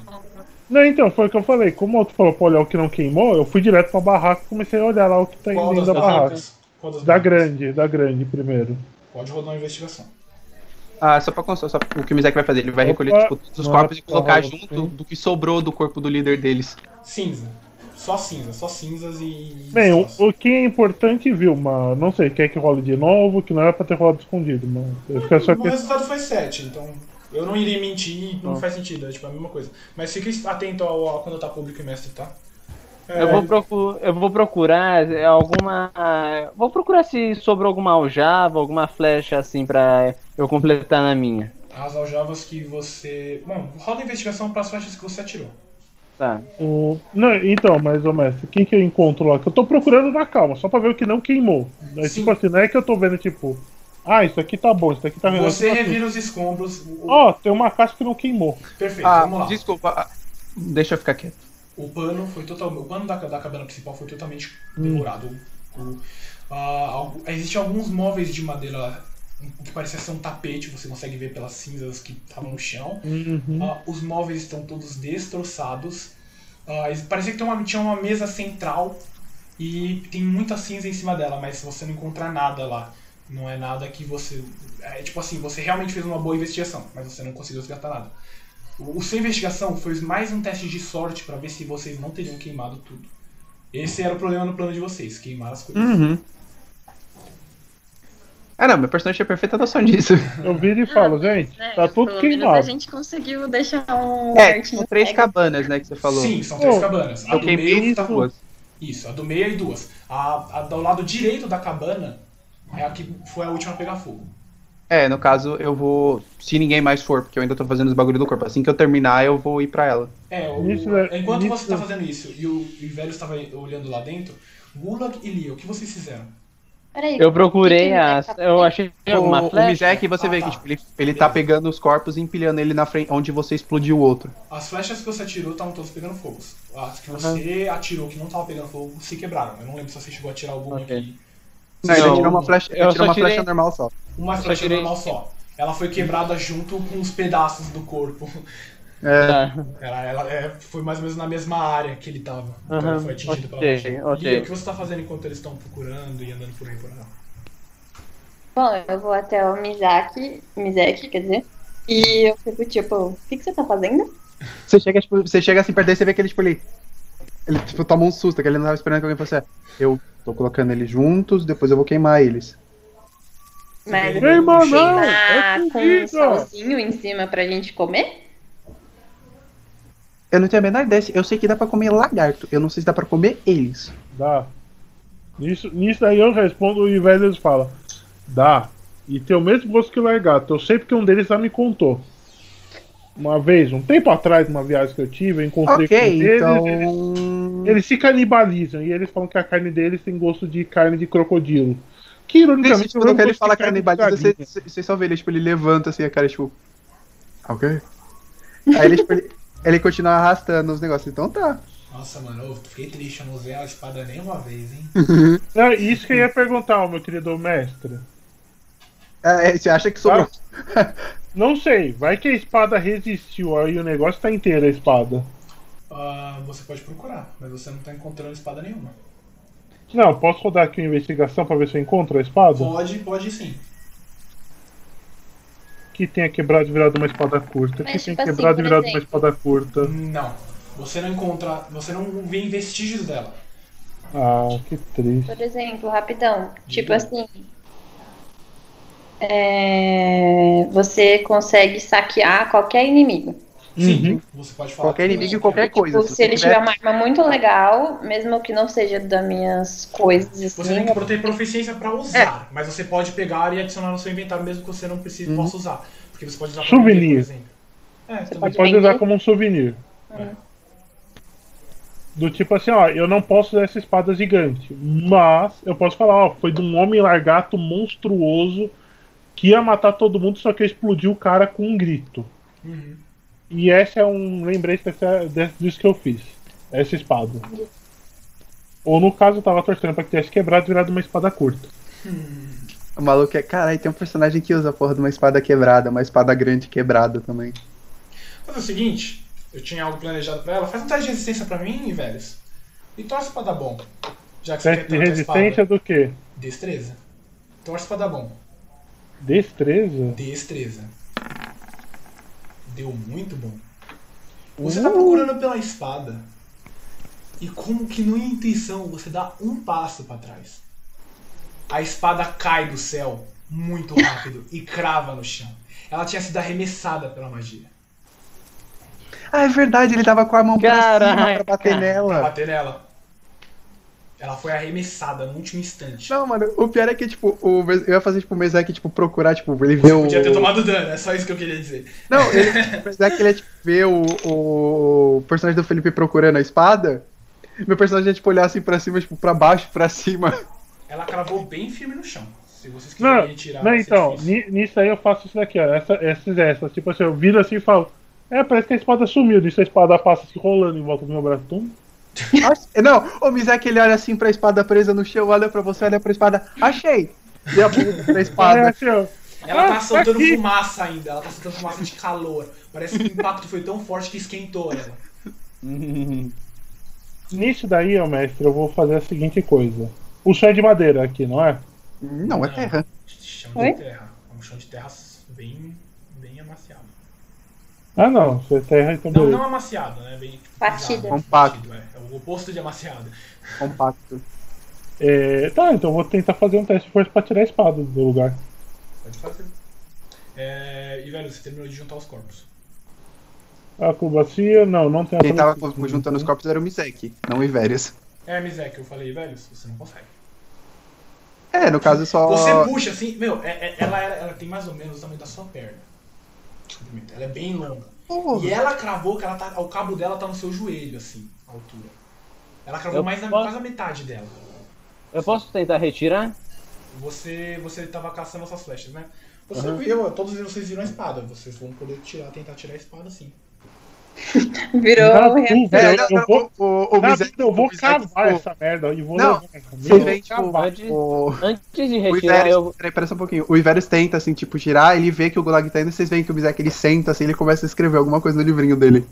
Não, então, foi o que eu falei. Como o outro falou pra olhar o que não queimou, eu fui direto pra barraca e comecei a olhar lá o que tá Qual indo das da barraca. barracas? Qual das Da barracas? grande, da grande primeiro. Pode rodar uma investigação. Ah, só pra constar, só o que o Mizek vai fazer. Ele vai Opa, recolher tipo, todos os nossa, corpos e colocar sim. junto do que sobrou do corpo do líder deles. Cinza. Só cinza, só cinzas e. Bem, o, sós. o que é importante, viu, mas não sei, quer que role de novo, que não era pra ter rolado escondido, mano. Eu fico só O que... resultado foi 7, então eu não iria mentir, não faz sentido, é tipo a mesma coisa. Mas fique atento ao, ao quando tá público e mestre, tá? É, Eu vou, procu- eu vou procurar é, alguma. Vou procurar se sobrou alguma aljava, alguma flecha assim pra eu completar na minha. É, As aljavas que você. Bom, roda a investigação para as flechas que você atirou. Tá. o- Não, então, mas, ô mestre, quem que eu encontro lá? Que eu tô procurando na calma, só pra ver o que não queimou. É, Sim. tipo assim, não é que eu tô vendo, tipo, ah, isso aqui tá bom, isso aqui Oh! tá isso Você tá tudo. revira os escombros. o- o- Ó, tem uma caixa que não queimou. Perfeito, Ah, vamos lá. desculpa. ah, Deixa eu ficar quieto. O pano foi totalmente. O pano da, da cabana principal foi totalmente devorado. O- ah, algo- Existem alguns móveis de madeira. O que parecia ser um tapete, você consegue ver pelas cinzas que estavam no chão. Ah, os móveis estão todos destroçados. Ah, es- parecia que tem uma, tinha uma mesa central e tem muita cinza em cima dela, mas você não encontrar nada lá. Não é nada que você. É tipo assim, você realmente fez uma boa investigação, mas você não conseguiu resgatar nada. O, o sua investigação foi mais um teste de sorte pra ver se vocês não teriam queimado tudo. Esse era o problema no plano de vocês, queimar as coisas. Uhum. Ah, não, meu personagem tinha perfeita noção disso. Eu viro e falo, gente, Né, tá tudo pelo menos a queimado. gente conseguiu deixar um É, certinho são três pego. cabanas, né, que você falou. Sim, são três Pô, cabanas. A Eu do meio queimei tá duas. Isso, a do meio e duas. A, a do lado direito da cabana é a que foi a última a pegar fogo. É, no caso, eu vou. Se ninguém mais for, porque eu ainda tô fazendo os bagulho do corpo. Assim que eu terminar, eu vou ir pra ela. É, o- Isso é- enquanto isso você tá é- fazendo isso e o, e o velho estava olhando lá dentro, Gulag e Leo, o que vocês fizeram? Peraí. Eu procurei as. Tá Eu achei o, alguma o flecha. Mizek, você Ah, vê tá. que tipo, ele, ele tá pegando os corpos e empilhando ele na frente onde você explodiu o outro. As flechas que você atirou estavam todas pegando fogo. As que você atirou que não estavam pegando fogo se quebraram. Eu não lembro se você chegou a tirar alguma Ok. aqui. Não, Não, ele tirou uma flecha, ele eu tirou só uma tirei- flecha normal só. Uma Só flecha tirei- normal só. Ela foi quebrada junto com os pedaços do corpo. É, Tá. Ela, ela é, foi mais ou menos na mesma área que ele tava. Então Aham, ele foi atingido pela ok, flecha. ok. E o que você tá fazendo enquanto eles estão procurando e andando por aí por lá? Bom, eu vou até o Mizaki, Mizek, quer dizer, e eu fico tipo, o que, que você tá fazendo? Você chega, tipo, você chega assim perto dele, você vê que ele, tipo, ele. Ele tipo, toma um susto, que ele não tava esperando que alguém fosse. "É, Eu tô colocando eles juntos, depois eu vou queimar eles. Mas Ei, mano, queimar é com comida! um salzinho em cima pra gente comer? Eu não tenho a menor ideia. se- Eu sei que dá pra comer lagarto. Eu não sei se dá pra comer eles. Dá. Nisso, nisso daí eu respondo e o Velhos fala: Dá. E tem o mesmo gosto que o Largato. Eu sei porque um deles já me contou. Uma vez, um tempo atrás, numa viagem que eu tive, eu encontrei com um Ok, deles. então. Eles, eles se canibalizam e eles falam que a carne deles tem gosto de carne de crocodilo. Que Nesse ironicamente. tipo, quando ele gosto de fala carne de canibalismo, você, galinha. você só vê ele, tipo, ele levanta assim a cara, tipo. [laughs] Ok. Aí ele, tipo, ele, ele continua arrastando os negócios. Então tá. Nossa, mano, eu fiquei triste, eu não usei a espada nenhuma vez, hein? É isso que eu ia perguntar, meu querido mestre. É, é, você acha que sobrou. Não sei, vai que a espada resistiu aí o negócio tá inteiro a espada. Ah, você pode procurar, mas você não tá encontrando espada nenhuma. Não, posso rodar aqui uma investigação pra ver se eu encontro a espada? Pode, pode sim. que tenha quebrado e virado uma espada curta, Mas, que tipo tenha assim, quebrado por e virado uma exemplo. espada curta. Não. Você não encontra. Você não vê vestígios dela. Ah, que triste. Por exemplo, rapidão, tipo assim, é, você consegue saquear qualquer inimigo. Sim. Uhum. Você pode falar. Qualquer com inimigo e ele. qualquer Tipo, coisa. se, ele tiver uma arma muito legal, mesmo que não seja das minhas coisas, Você assim, não encontrou ter proficiência pra usar, mas você pode pegar e adicionar no seu inventário mesmo que você não precise, possa usar. Porque você pode usar pra Souvenir. vender, por exemplo. É, Você também. Você Pode pode vender. usar como um souvenir. É. Do tipo assim, ó, eu não posso usar essa espada gigante, mas eu posso falar, ó, foi de um homem largato monstruoso que ia matar todo mundo, só que eu explodi o cara com um grito. Uhum. E esse é um lembrete dessa, de- disso que eu fiz. Essa espada. Ou no caso, eu tava torcendo pra que tivesse quebrado e virado uma espada curta. O maluco é. Caralho, tem um personagem que usa a porra de uma espada quebrada, uma espada grande quebrada também. Fazer o seguinte, eu tinha algo planejado pra ela, faz um teste de resistência pra mim, velhos. E torce pra dar bom. Já que você quer Teste de tanto a resistência espada. do quê? Destreza. Torce pra dar bom. Destreza? Destreza. Deu muito bom. Você Uh! tá procurando pela espada. E como que não é intenção, você dá um passo pra trás. A espada cai do céu muito rápido e crava no chão. Ela tinha sido arremessada pela magia. Ah, é verdade, ele tava com a mão pra cima pra Caraca. bater Pra nela. bater nela. Ela foi arremessada no último instante. Não, mano, o pior é que, tipo, o, Mes- eu ia fazer, tipo, o Mesek, tipo, procurar, tipo, ele vê o. Podia ter tomado dano, é só isso que eu queria dizer. Não, ele, o Mesek, ele ia, tipo, ver o, o personagem do Felipe procurando a espada. Meu personagem ia, tipo, olhar assim pra cima, tipo, pra baixo, pra cima. Ela cravou bem firme no chão. Se vocês Não, quiserem tirar. não vai ser então, é difícil. ni- nisso aí eu faço isso daqui, ó. Essa, essas, essas. Tipo assim, eu viro assim e falo. É, parece que a espada sumiu. Nisso a espada passa se rolando em volta do meu braço. Tum. Ache- Não, o Mizek ele olha assim pra espada presa no chão, olha pra você, olha pra espada. Achei! E a bunda pra É, espada. assim, ó. Ela Ah, tá soltando aqui. fumaça ainda, ela tá soltando fumaça de calor. Parece que o impacto foi tão forte que esquentou ela. Nisso daí, ó, mestre, eu vou fazer a seguinte coisa. O chão é de madeira aqui, não é? Não, é terra. Chão de Oi? terra. É um chão de terra bem, bem amaciado. Ah, não. Se é terra, então Não, beleza. não amaciado, né? Bem tipo, Batida. pisado, um Compacto. batido, é. É o oposto de amaciado. Compacto. É, tá, então eu vou tentar fazer um teste de força pra tirar a espada do lugar. Pode fazer. É, e velho, você terminou de juntar os corpos. Acrobacia, não, não tem Quem tava acrobacia. co- juntando os corpos era o Mizek, não o Iverius. É, Mizek, eu falei, velho, você não consegue. É, no caso só. Você puxa assim, meu, é- é- ela, era- ela tem mais ou menos o tamanho da sua perna. Ela é bem longa. Porra. E ela cravou que ela tá. O cabo dela tá no seu joelho, assim, a altura. Ela cravou Eu mais na posso- quase a metade dela. Eu posso tentar retirar? Você, você tava caçando essas flechas, né? Você viu, todos vocês viram a espada. Vocês vão poder tirar, tentar tirar a espada sim. [laughs] Virou Cara, um tu, É, velho, não, eu não, vou. o, o, o na Mizek- vida eu vou o Mizek, cavar tipo, essa merda e vou Não, levar. Você Eu vê, vou tipo, cavar. o, Antes de o retirar, Iveres, eu. peraí, pera só um pouquinho. O Iveres tenta, assim, tipo, tirar, ele vê que o Gulag tá indo, vocês veem que o Mizek, ele senta, assim, ele começa a escrever alguma coisa no livrinho dele.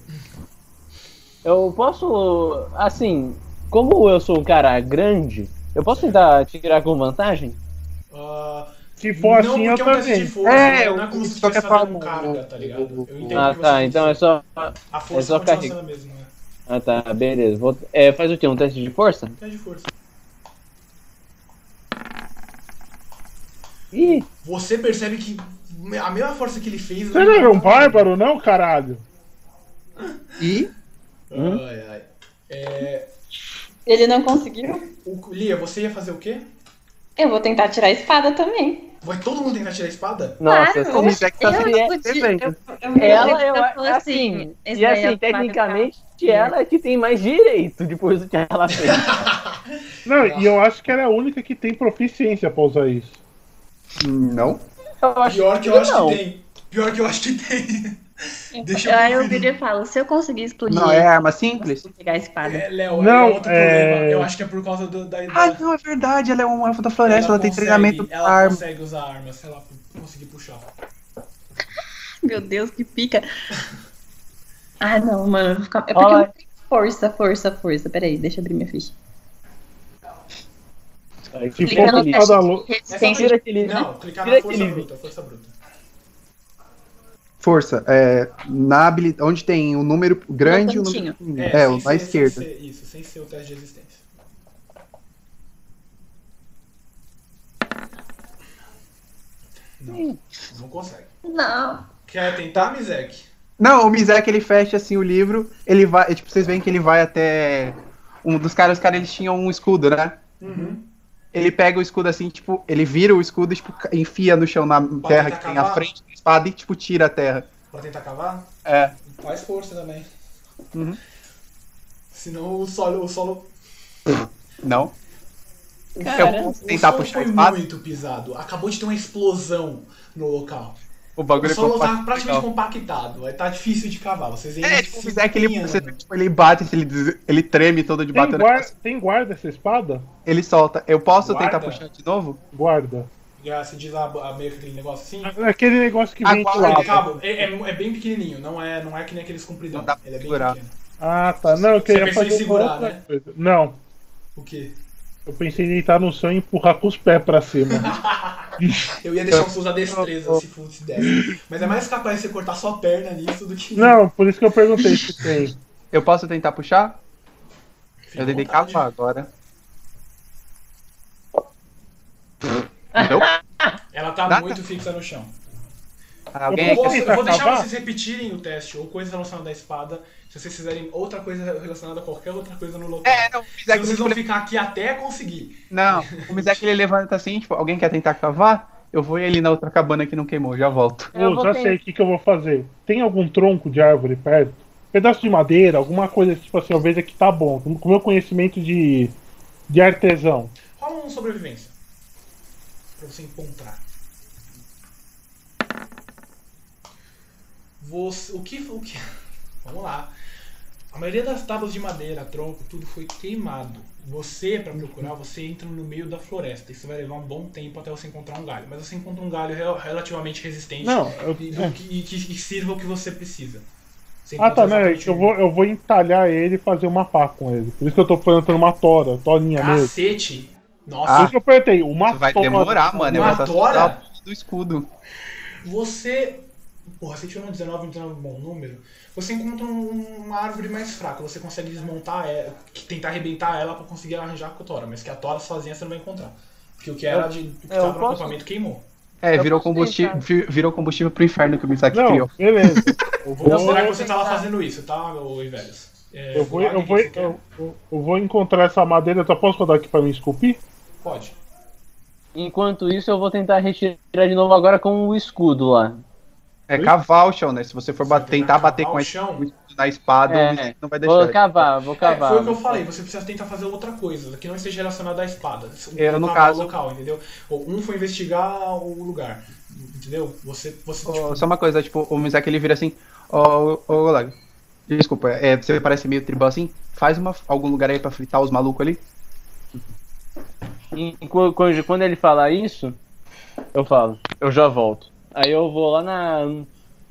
Eu posso. Assim, como eu sou um cara grande, eu posso tentar tirar com vantagem? Ah, Se for não assim, eu porque é um teste de também. força, É, não é como o- se de qualquer estivesse fazendo forma, carga, o- tá ligado? Eu o- entendo o Ah, que você tá. quis Então dizer. é só. A é força continua só carregar. sendo a mesma, né? Ah, tá, beleza. Vou... É, faz o quê? Um teste de força? Teste de força. Ih, Você percebe que a mesma força que ele fez. Você não é um bárbaro, não, caralho? E Ai, ai. É, Ele não conseguiu. o- Lia, você ia fazer o quê? Eu vou tentar tirar a espada também. Vai todo mundo tentar tirar a espada? nossa, o Claro. assim, Mizek tá Eu sendo não escrevendo. ela eu eu falo assim, assim, esse daí e é assim, o que vai tecnicamente ela é que tem mais direito depois do que [laughs] ela fez. Não, e eu acho que ela é a única que tem proficiência pra usar isso. Hum, Não. Eu acho Pior que eu acho não. que tem. Pior que eu acho que tem. Deixa Aí eu eu conferir. viro e falo, se eu conseguir explodir, Não, é eu arma simples? consigo pegar a espada. [laughs] É, Léo, Não, é outro é- problema. Eu acho que é por causa do, da. Ah, da- não, é verdade, ela é um elfo da floresta, ela, tem consegue- treinamento pra Ela arma. consegue usar arma se ela conseguir puxar. Meu Deus, que pica. Ah, não, mano. eu vou ficar- É porque Olha. eu não tenho força, força, força. Peraí, deixha eu abrir minha ficha. Se Um Clica for no por causa da lua. teste de resistência. Tipo, Tira aquele. Não, clicar Tira na força aquele- bruta, força bruta. Força, é, na habilidade, onde tem um número grande e um número cantinho. pequeno. É, o sem da ser- esquerda. sem ser- isso, sem ser o teste de resistência. Não, não consegue. Não. Quer tentar, Mizek? Não, o Mizek ele fecha assim o livro, ele vai, tipo, vocês veem que ele vai até um dos caras, os caras eles tinham um escudo, né? Uhum. Ele pega o escudo assim, tipo, ele vira o escudo e tipo, ca- enfia no chão na terra que tem à cavar? frente da espada e tipo tira a terra. Pra tentar cavar? É. Faz força também. Uhum. Senão o solo. O solo, Não. eu Cara, posso o tentar solo puxar a foi espada. muito pisado. Acabou de ter uma explosão no local. O O bagulho solo compacto, tá praticamente legal. compactado. Aí tá difícil de cavar. Vocês ainda É, tipo, o se né? Mizek ele, empenhando. você vê, tipo, ele bate, assim, ele, des- ele treme todo de Tem bater, guarda, tem guarda essa espada? ele solta. Eu posso tentar Guarda? puxar de novo? Guarda. Já se diz a, a meio que aquele negócio assim. Aquele negócio que vem Aguarda. de lava. Aquele cabo é, é- é bem pequenininho, não é, não é que nem aqueles compridão. Não dá pra Ele é bem segurar. pequeno. Ah, tá. Não, eu queria pensou em fazer uma segurar, outra né? coisa. Não, O quê? eu pensei em deitar no chão e empurrar com os pés pra cima. Eu ia deixar você usar destreza se fosse desse. Mas é mais capaz de você cortar sua perna nisso do que. não, por isso que eu perguntei se tem. Eu posso tentar puxar? Fica Eu tentei à vontade. cavar agora. [laughs] Entendeu? Ela tá Dá- muito fixa no chão. Alguém Eu, Quer posso- eu tentar vou deixar cavar? vocês repetirem o teste, ou coisa relacionada à espada, se vocês fizerem outra coisa relacionada a qualquer outra coisa no local. É, não, o Se Mizek, vocês vão tipo, ficar aqui até conseguir. não, o Mizek ele levanta assim, tipo, alguém quer tentar cavar? Eu vou ali na outra cabana que não queimou, já volto. Eu Eu vou já ter- sei o que, que eu vou fazer. Tem algum tronco de árvore perto? Pedaço de madeira, alguma coisa tipo assim, eu vejo que tá bom. Com o meu conhecimento de, de artesão. Rola um sobrevivência. Pra você encontrar. Você, o que. O que [laughs] vamos lá. A maioria das tábuas de madeira, tronco, tudo foi queimado. Você, pra procurar, você entra no meio da floresta. Isso vai levar um bom tempo até você encontrar um galho. Mas você encontra um galho rel- relativamente resistente. Não, eu- E, do que, e que, que sirva o que você precisa. Você Ah tá, encontra né? exatamente Eu um. vou, eu vou entalhar ele e fazer uma pá com ele. Por isso que eu tô plantando uma tora, torinha mesmo. Cacete! Por Nossa, isso que eu apertei, uma Ah. Vai tora. demorar, mano, eu uma vou tora? soltar do escudo. Você. Porra, você tirou um 19, um 19 é um bom número. Você encontra um- uma árvore mais fraca, você consegue desmontar ela, que- tentar arrebentar ela pra conseguir arranjar a Tora, mas que a Tora sozinha você não vai encontrar. Porque o que era de, o que eu tava no posso- acampamento queimou. É, Eu virou posso combustível, virou combustível pro inferno que o Mizek Não, criou. beleza. Eu Vou considerar que vou, você tava fazendo isso, tá, ô Ivelhos? É, eu vou, lá, eu o que vou, você quer? eu, eu- eu vou encontrar essa madeira. Eu posso rodar aqui pra mim esculpir? Pode. enquanto isso, eu vou tentar retirar de novo agora com o escudo lá. É Oi? caval, chão, né? Se você for Você bater- tentar cavar bater o com a chão? na espada, É. o Vicente não vai deixar. Vou cavar, vou É, cavar. foi o que eu falei, você precisa tentar fazer outra coisa, que não esteja relacionada à espada. Eu, no Cavar o caso- local, entendeu? Ou Um foi investigar o lugar, entendeu? Você, você Ô, tipo, Só uma coisa, tipo, o Mizek ele vira assim, ó, ô, ô, Lag, desculpa, é, você parece meio tribal assim, faz uma, algum lugar aí pra fritar os malucos ali. E qu- quando quando ele falar isso, eu falo, eu já volto. Aí eu vou lá na,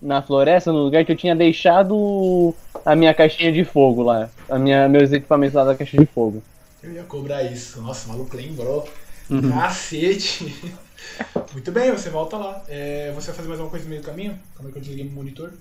na floresta, no lugar que eu tinha deixado a minha caixinha de fogo lá. A minha, meus equipamentos lá da caixinha de fogo. eu ia cobrar isso. Nossa, o maluco lembrou. Uhum. Cacete! [laughs] Muito bem, você volta lá. É, você vai fazer mais alguma coisa no meio do caminho? Como é que eu desliguei meu monitor?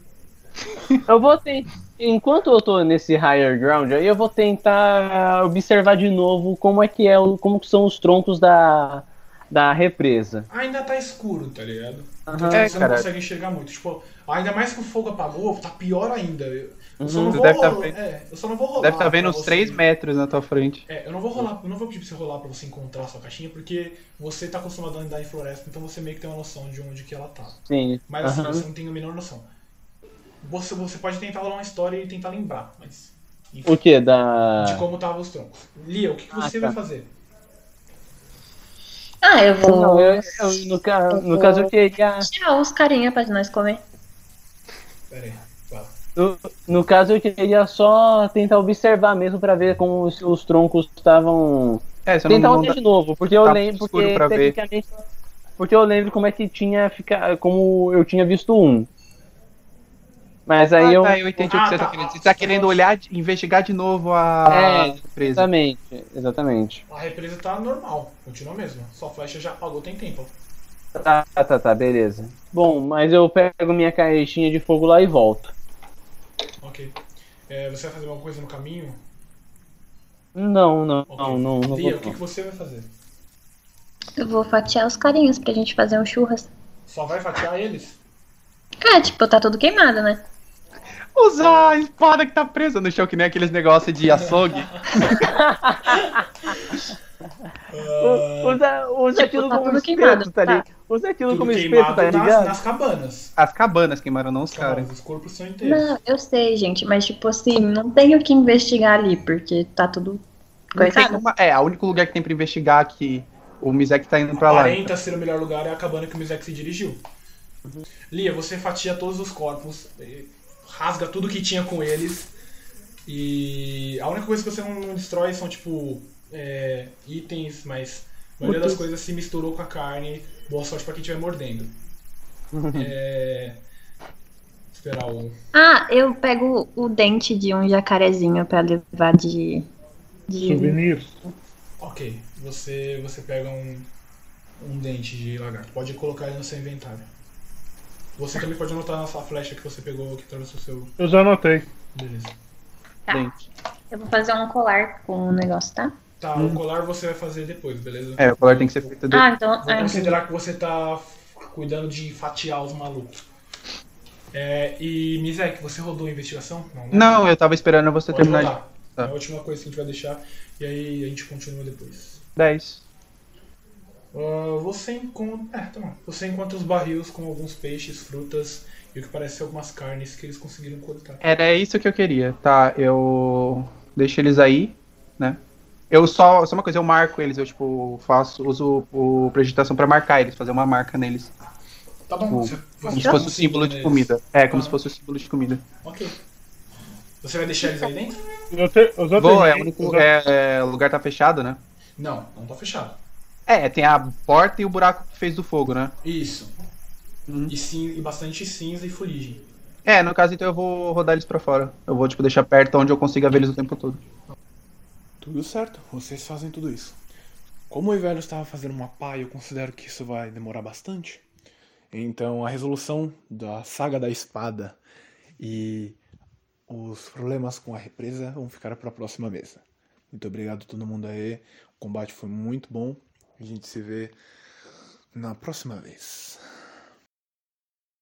Eu vou tentar. Enquanto eu tô nesse higher ground aí, eu vou tentar observar de novo como é que é, o- como que são os troncos da, da represa. Ainda tá escuro, tá ligado? Então, Aham. tipo, É, você cara. não consegue enxergar muito. Tipo, ainda mais que o fogo apagou, tá pior ainda. Eu, eu só Uhum. não Você vou deve tá rolar. vendo- é, eu só não vou rolar. Deve tá estar vendo pra uns você. 3 metros na tua frente. É, eu não vou rolar, eu não vou pedir pra você rolar pra você encontrar a sua caixinha, porque você tá acostumado a andar em floresta, então você meio que tem uma noção de onde que ela tá. Sim. Mas assim, Aham. você não tem a menor noção. Você, você pode tentar rolar uma história e tentar lembrar, mas. enfim, O que? Da. De como estavam os troncos. Lia, o que, que Ah, você tá. vai fazer? Ah, eu vou Não, eu, eu- no, ca- no caso eu queria. tirar os carinha pra nós comer. Pera aí. No, no caso, eu queria só tentar observar mesmo pra ver como os, os troncos estavam. É, você não, Tentar não olhar de novo, porque eu tá lembro. escuro Porque, pra ver. tecnicamente, porque eu lembro como é que tinha ficado. Como eu tinha visto um. Mas aí Ah, eu. tá, eu entendi o Ah, que você tá, tá. querendo. Você tá querendo olhar, de- investigar de novo a É, presa. Exatamente, exatamente. A represa tá normal, continua mesmo. Sua flecha já apagou tem tempo. Tá, tá, tá, beleza. Bom, mas eu pego minha caixinha de fogo lá e volto. Ok. É, você vai fazer alguma coisa no caminho? Não, não, Ok. não, não, não Lia, vou. o que, que você vai fazer? Eu vou fatiar os carinhas pra gente fazer um churras. Só vai fatiar eles? É, tipo, tá tudo queimado, né? Usar a espada que tá presa no chão, que nem aqueles negócios de açougue. U- Usa, usa Tipo, aquilo tá como tudo espeto, queimado, tá tá. ligado? Usa aquilo Tudo como espeto, queimado tá nas, ligado? nas cabanas. As cabanas queimaram, não os caras. Cabanas, Os corpos são inteiros. Não, eu sei, gente, mas tipo assim, não tenho o que investigar ali, porque tá tudo Não tem coitado. uma- é, o único lugar que tem pra investigar que o Mizek tá indo pra lá. aparenta ser o melhor lugar é a cabana que o Mizek se dirigiu. Uhum. Lia, você fatia todos os corpos, eh, rasga tudo que tinha com eles. E a única coisa que você não, não destrói são tipo eh, itens, mas a maioria das coisas se misturou com a carne. Boa sorte pra quem estiver mordendo. Uhum. É, Esperar o. Ah, eu pego o dente de um jacarezinho pra levar de. de... Souvenirs. Ok, você, você pega um, um dente de lagarto. Pode colocar ele no seu inventário. Você também pode anotar na sua flecha que você pegou, que trouxe o seu. Eu já anotei. Beleza. Tá. Eu vou fazer um colar com o negócio, tá? Tá, o colar você vai fazer depois, beleza? Hum. É, o colar tem que ser feito de... Ah, então. Vou É. ah, considerar que você tá cuidando de fatiar os malucos. É, e Mizek, você rodou a investigação? né? Não, eu tava esperando você Pode terminar rodar. Tá. É a última coisa que a gente vai deixar e aí a gente continua depois. de 10. Ah, você encontra. É, tá bom. Você encontra os barris com alguns peixes, frutas e o que parece ser algumas carnes que eles conseguiram cortar. Era isso que eu queria, tá? Eu deixo eles aí, né? Eu só, só uma coisa, eu marco eles, eu tipo, faço, uso o prejuditação pra marcar eles, fazer uma marca neles. Tá bom, Como- você, Como você se faz fosse um Tipo, o símbolo de neles. comida. É, como Ah. se fosse o símbolo de comida. Ok. Você vai deixar eles aí dentro? Eu, te, eu já Boa, terminei. é, o eu, único, já, é, é, o lugar tá fechado, né? Não, não tá fechado. É, tem a porta e o buraco que fez do fogo, né? Isso. Uhum. E, cin- e bastante cinza e fuligem. É, no caso, então eu vou rodar eles pra fora. Eu vou, tipo, deixar perto onde eu consiga ver eles o tempo todo. Tudo certo, vocês fazem tudo isso. Como o Ivelho estava fazendo uma pá e eu considero que isso vai demorar bastante, então a resolução da saga da espada e os problemas com a represa vão ficar para a próxima mesa. Muito obrigado a todo mundo aí, o combate foi muito bom, a gente se vê na próxima vez.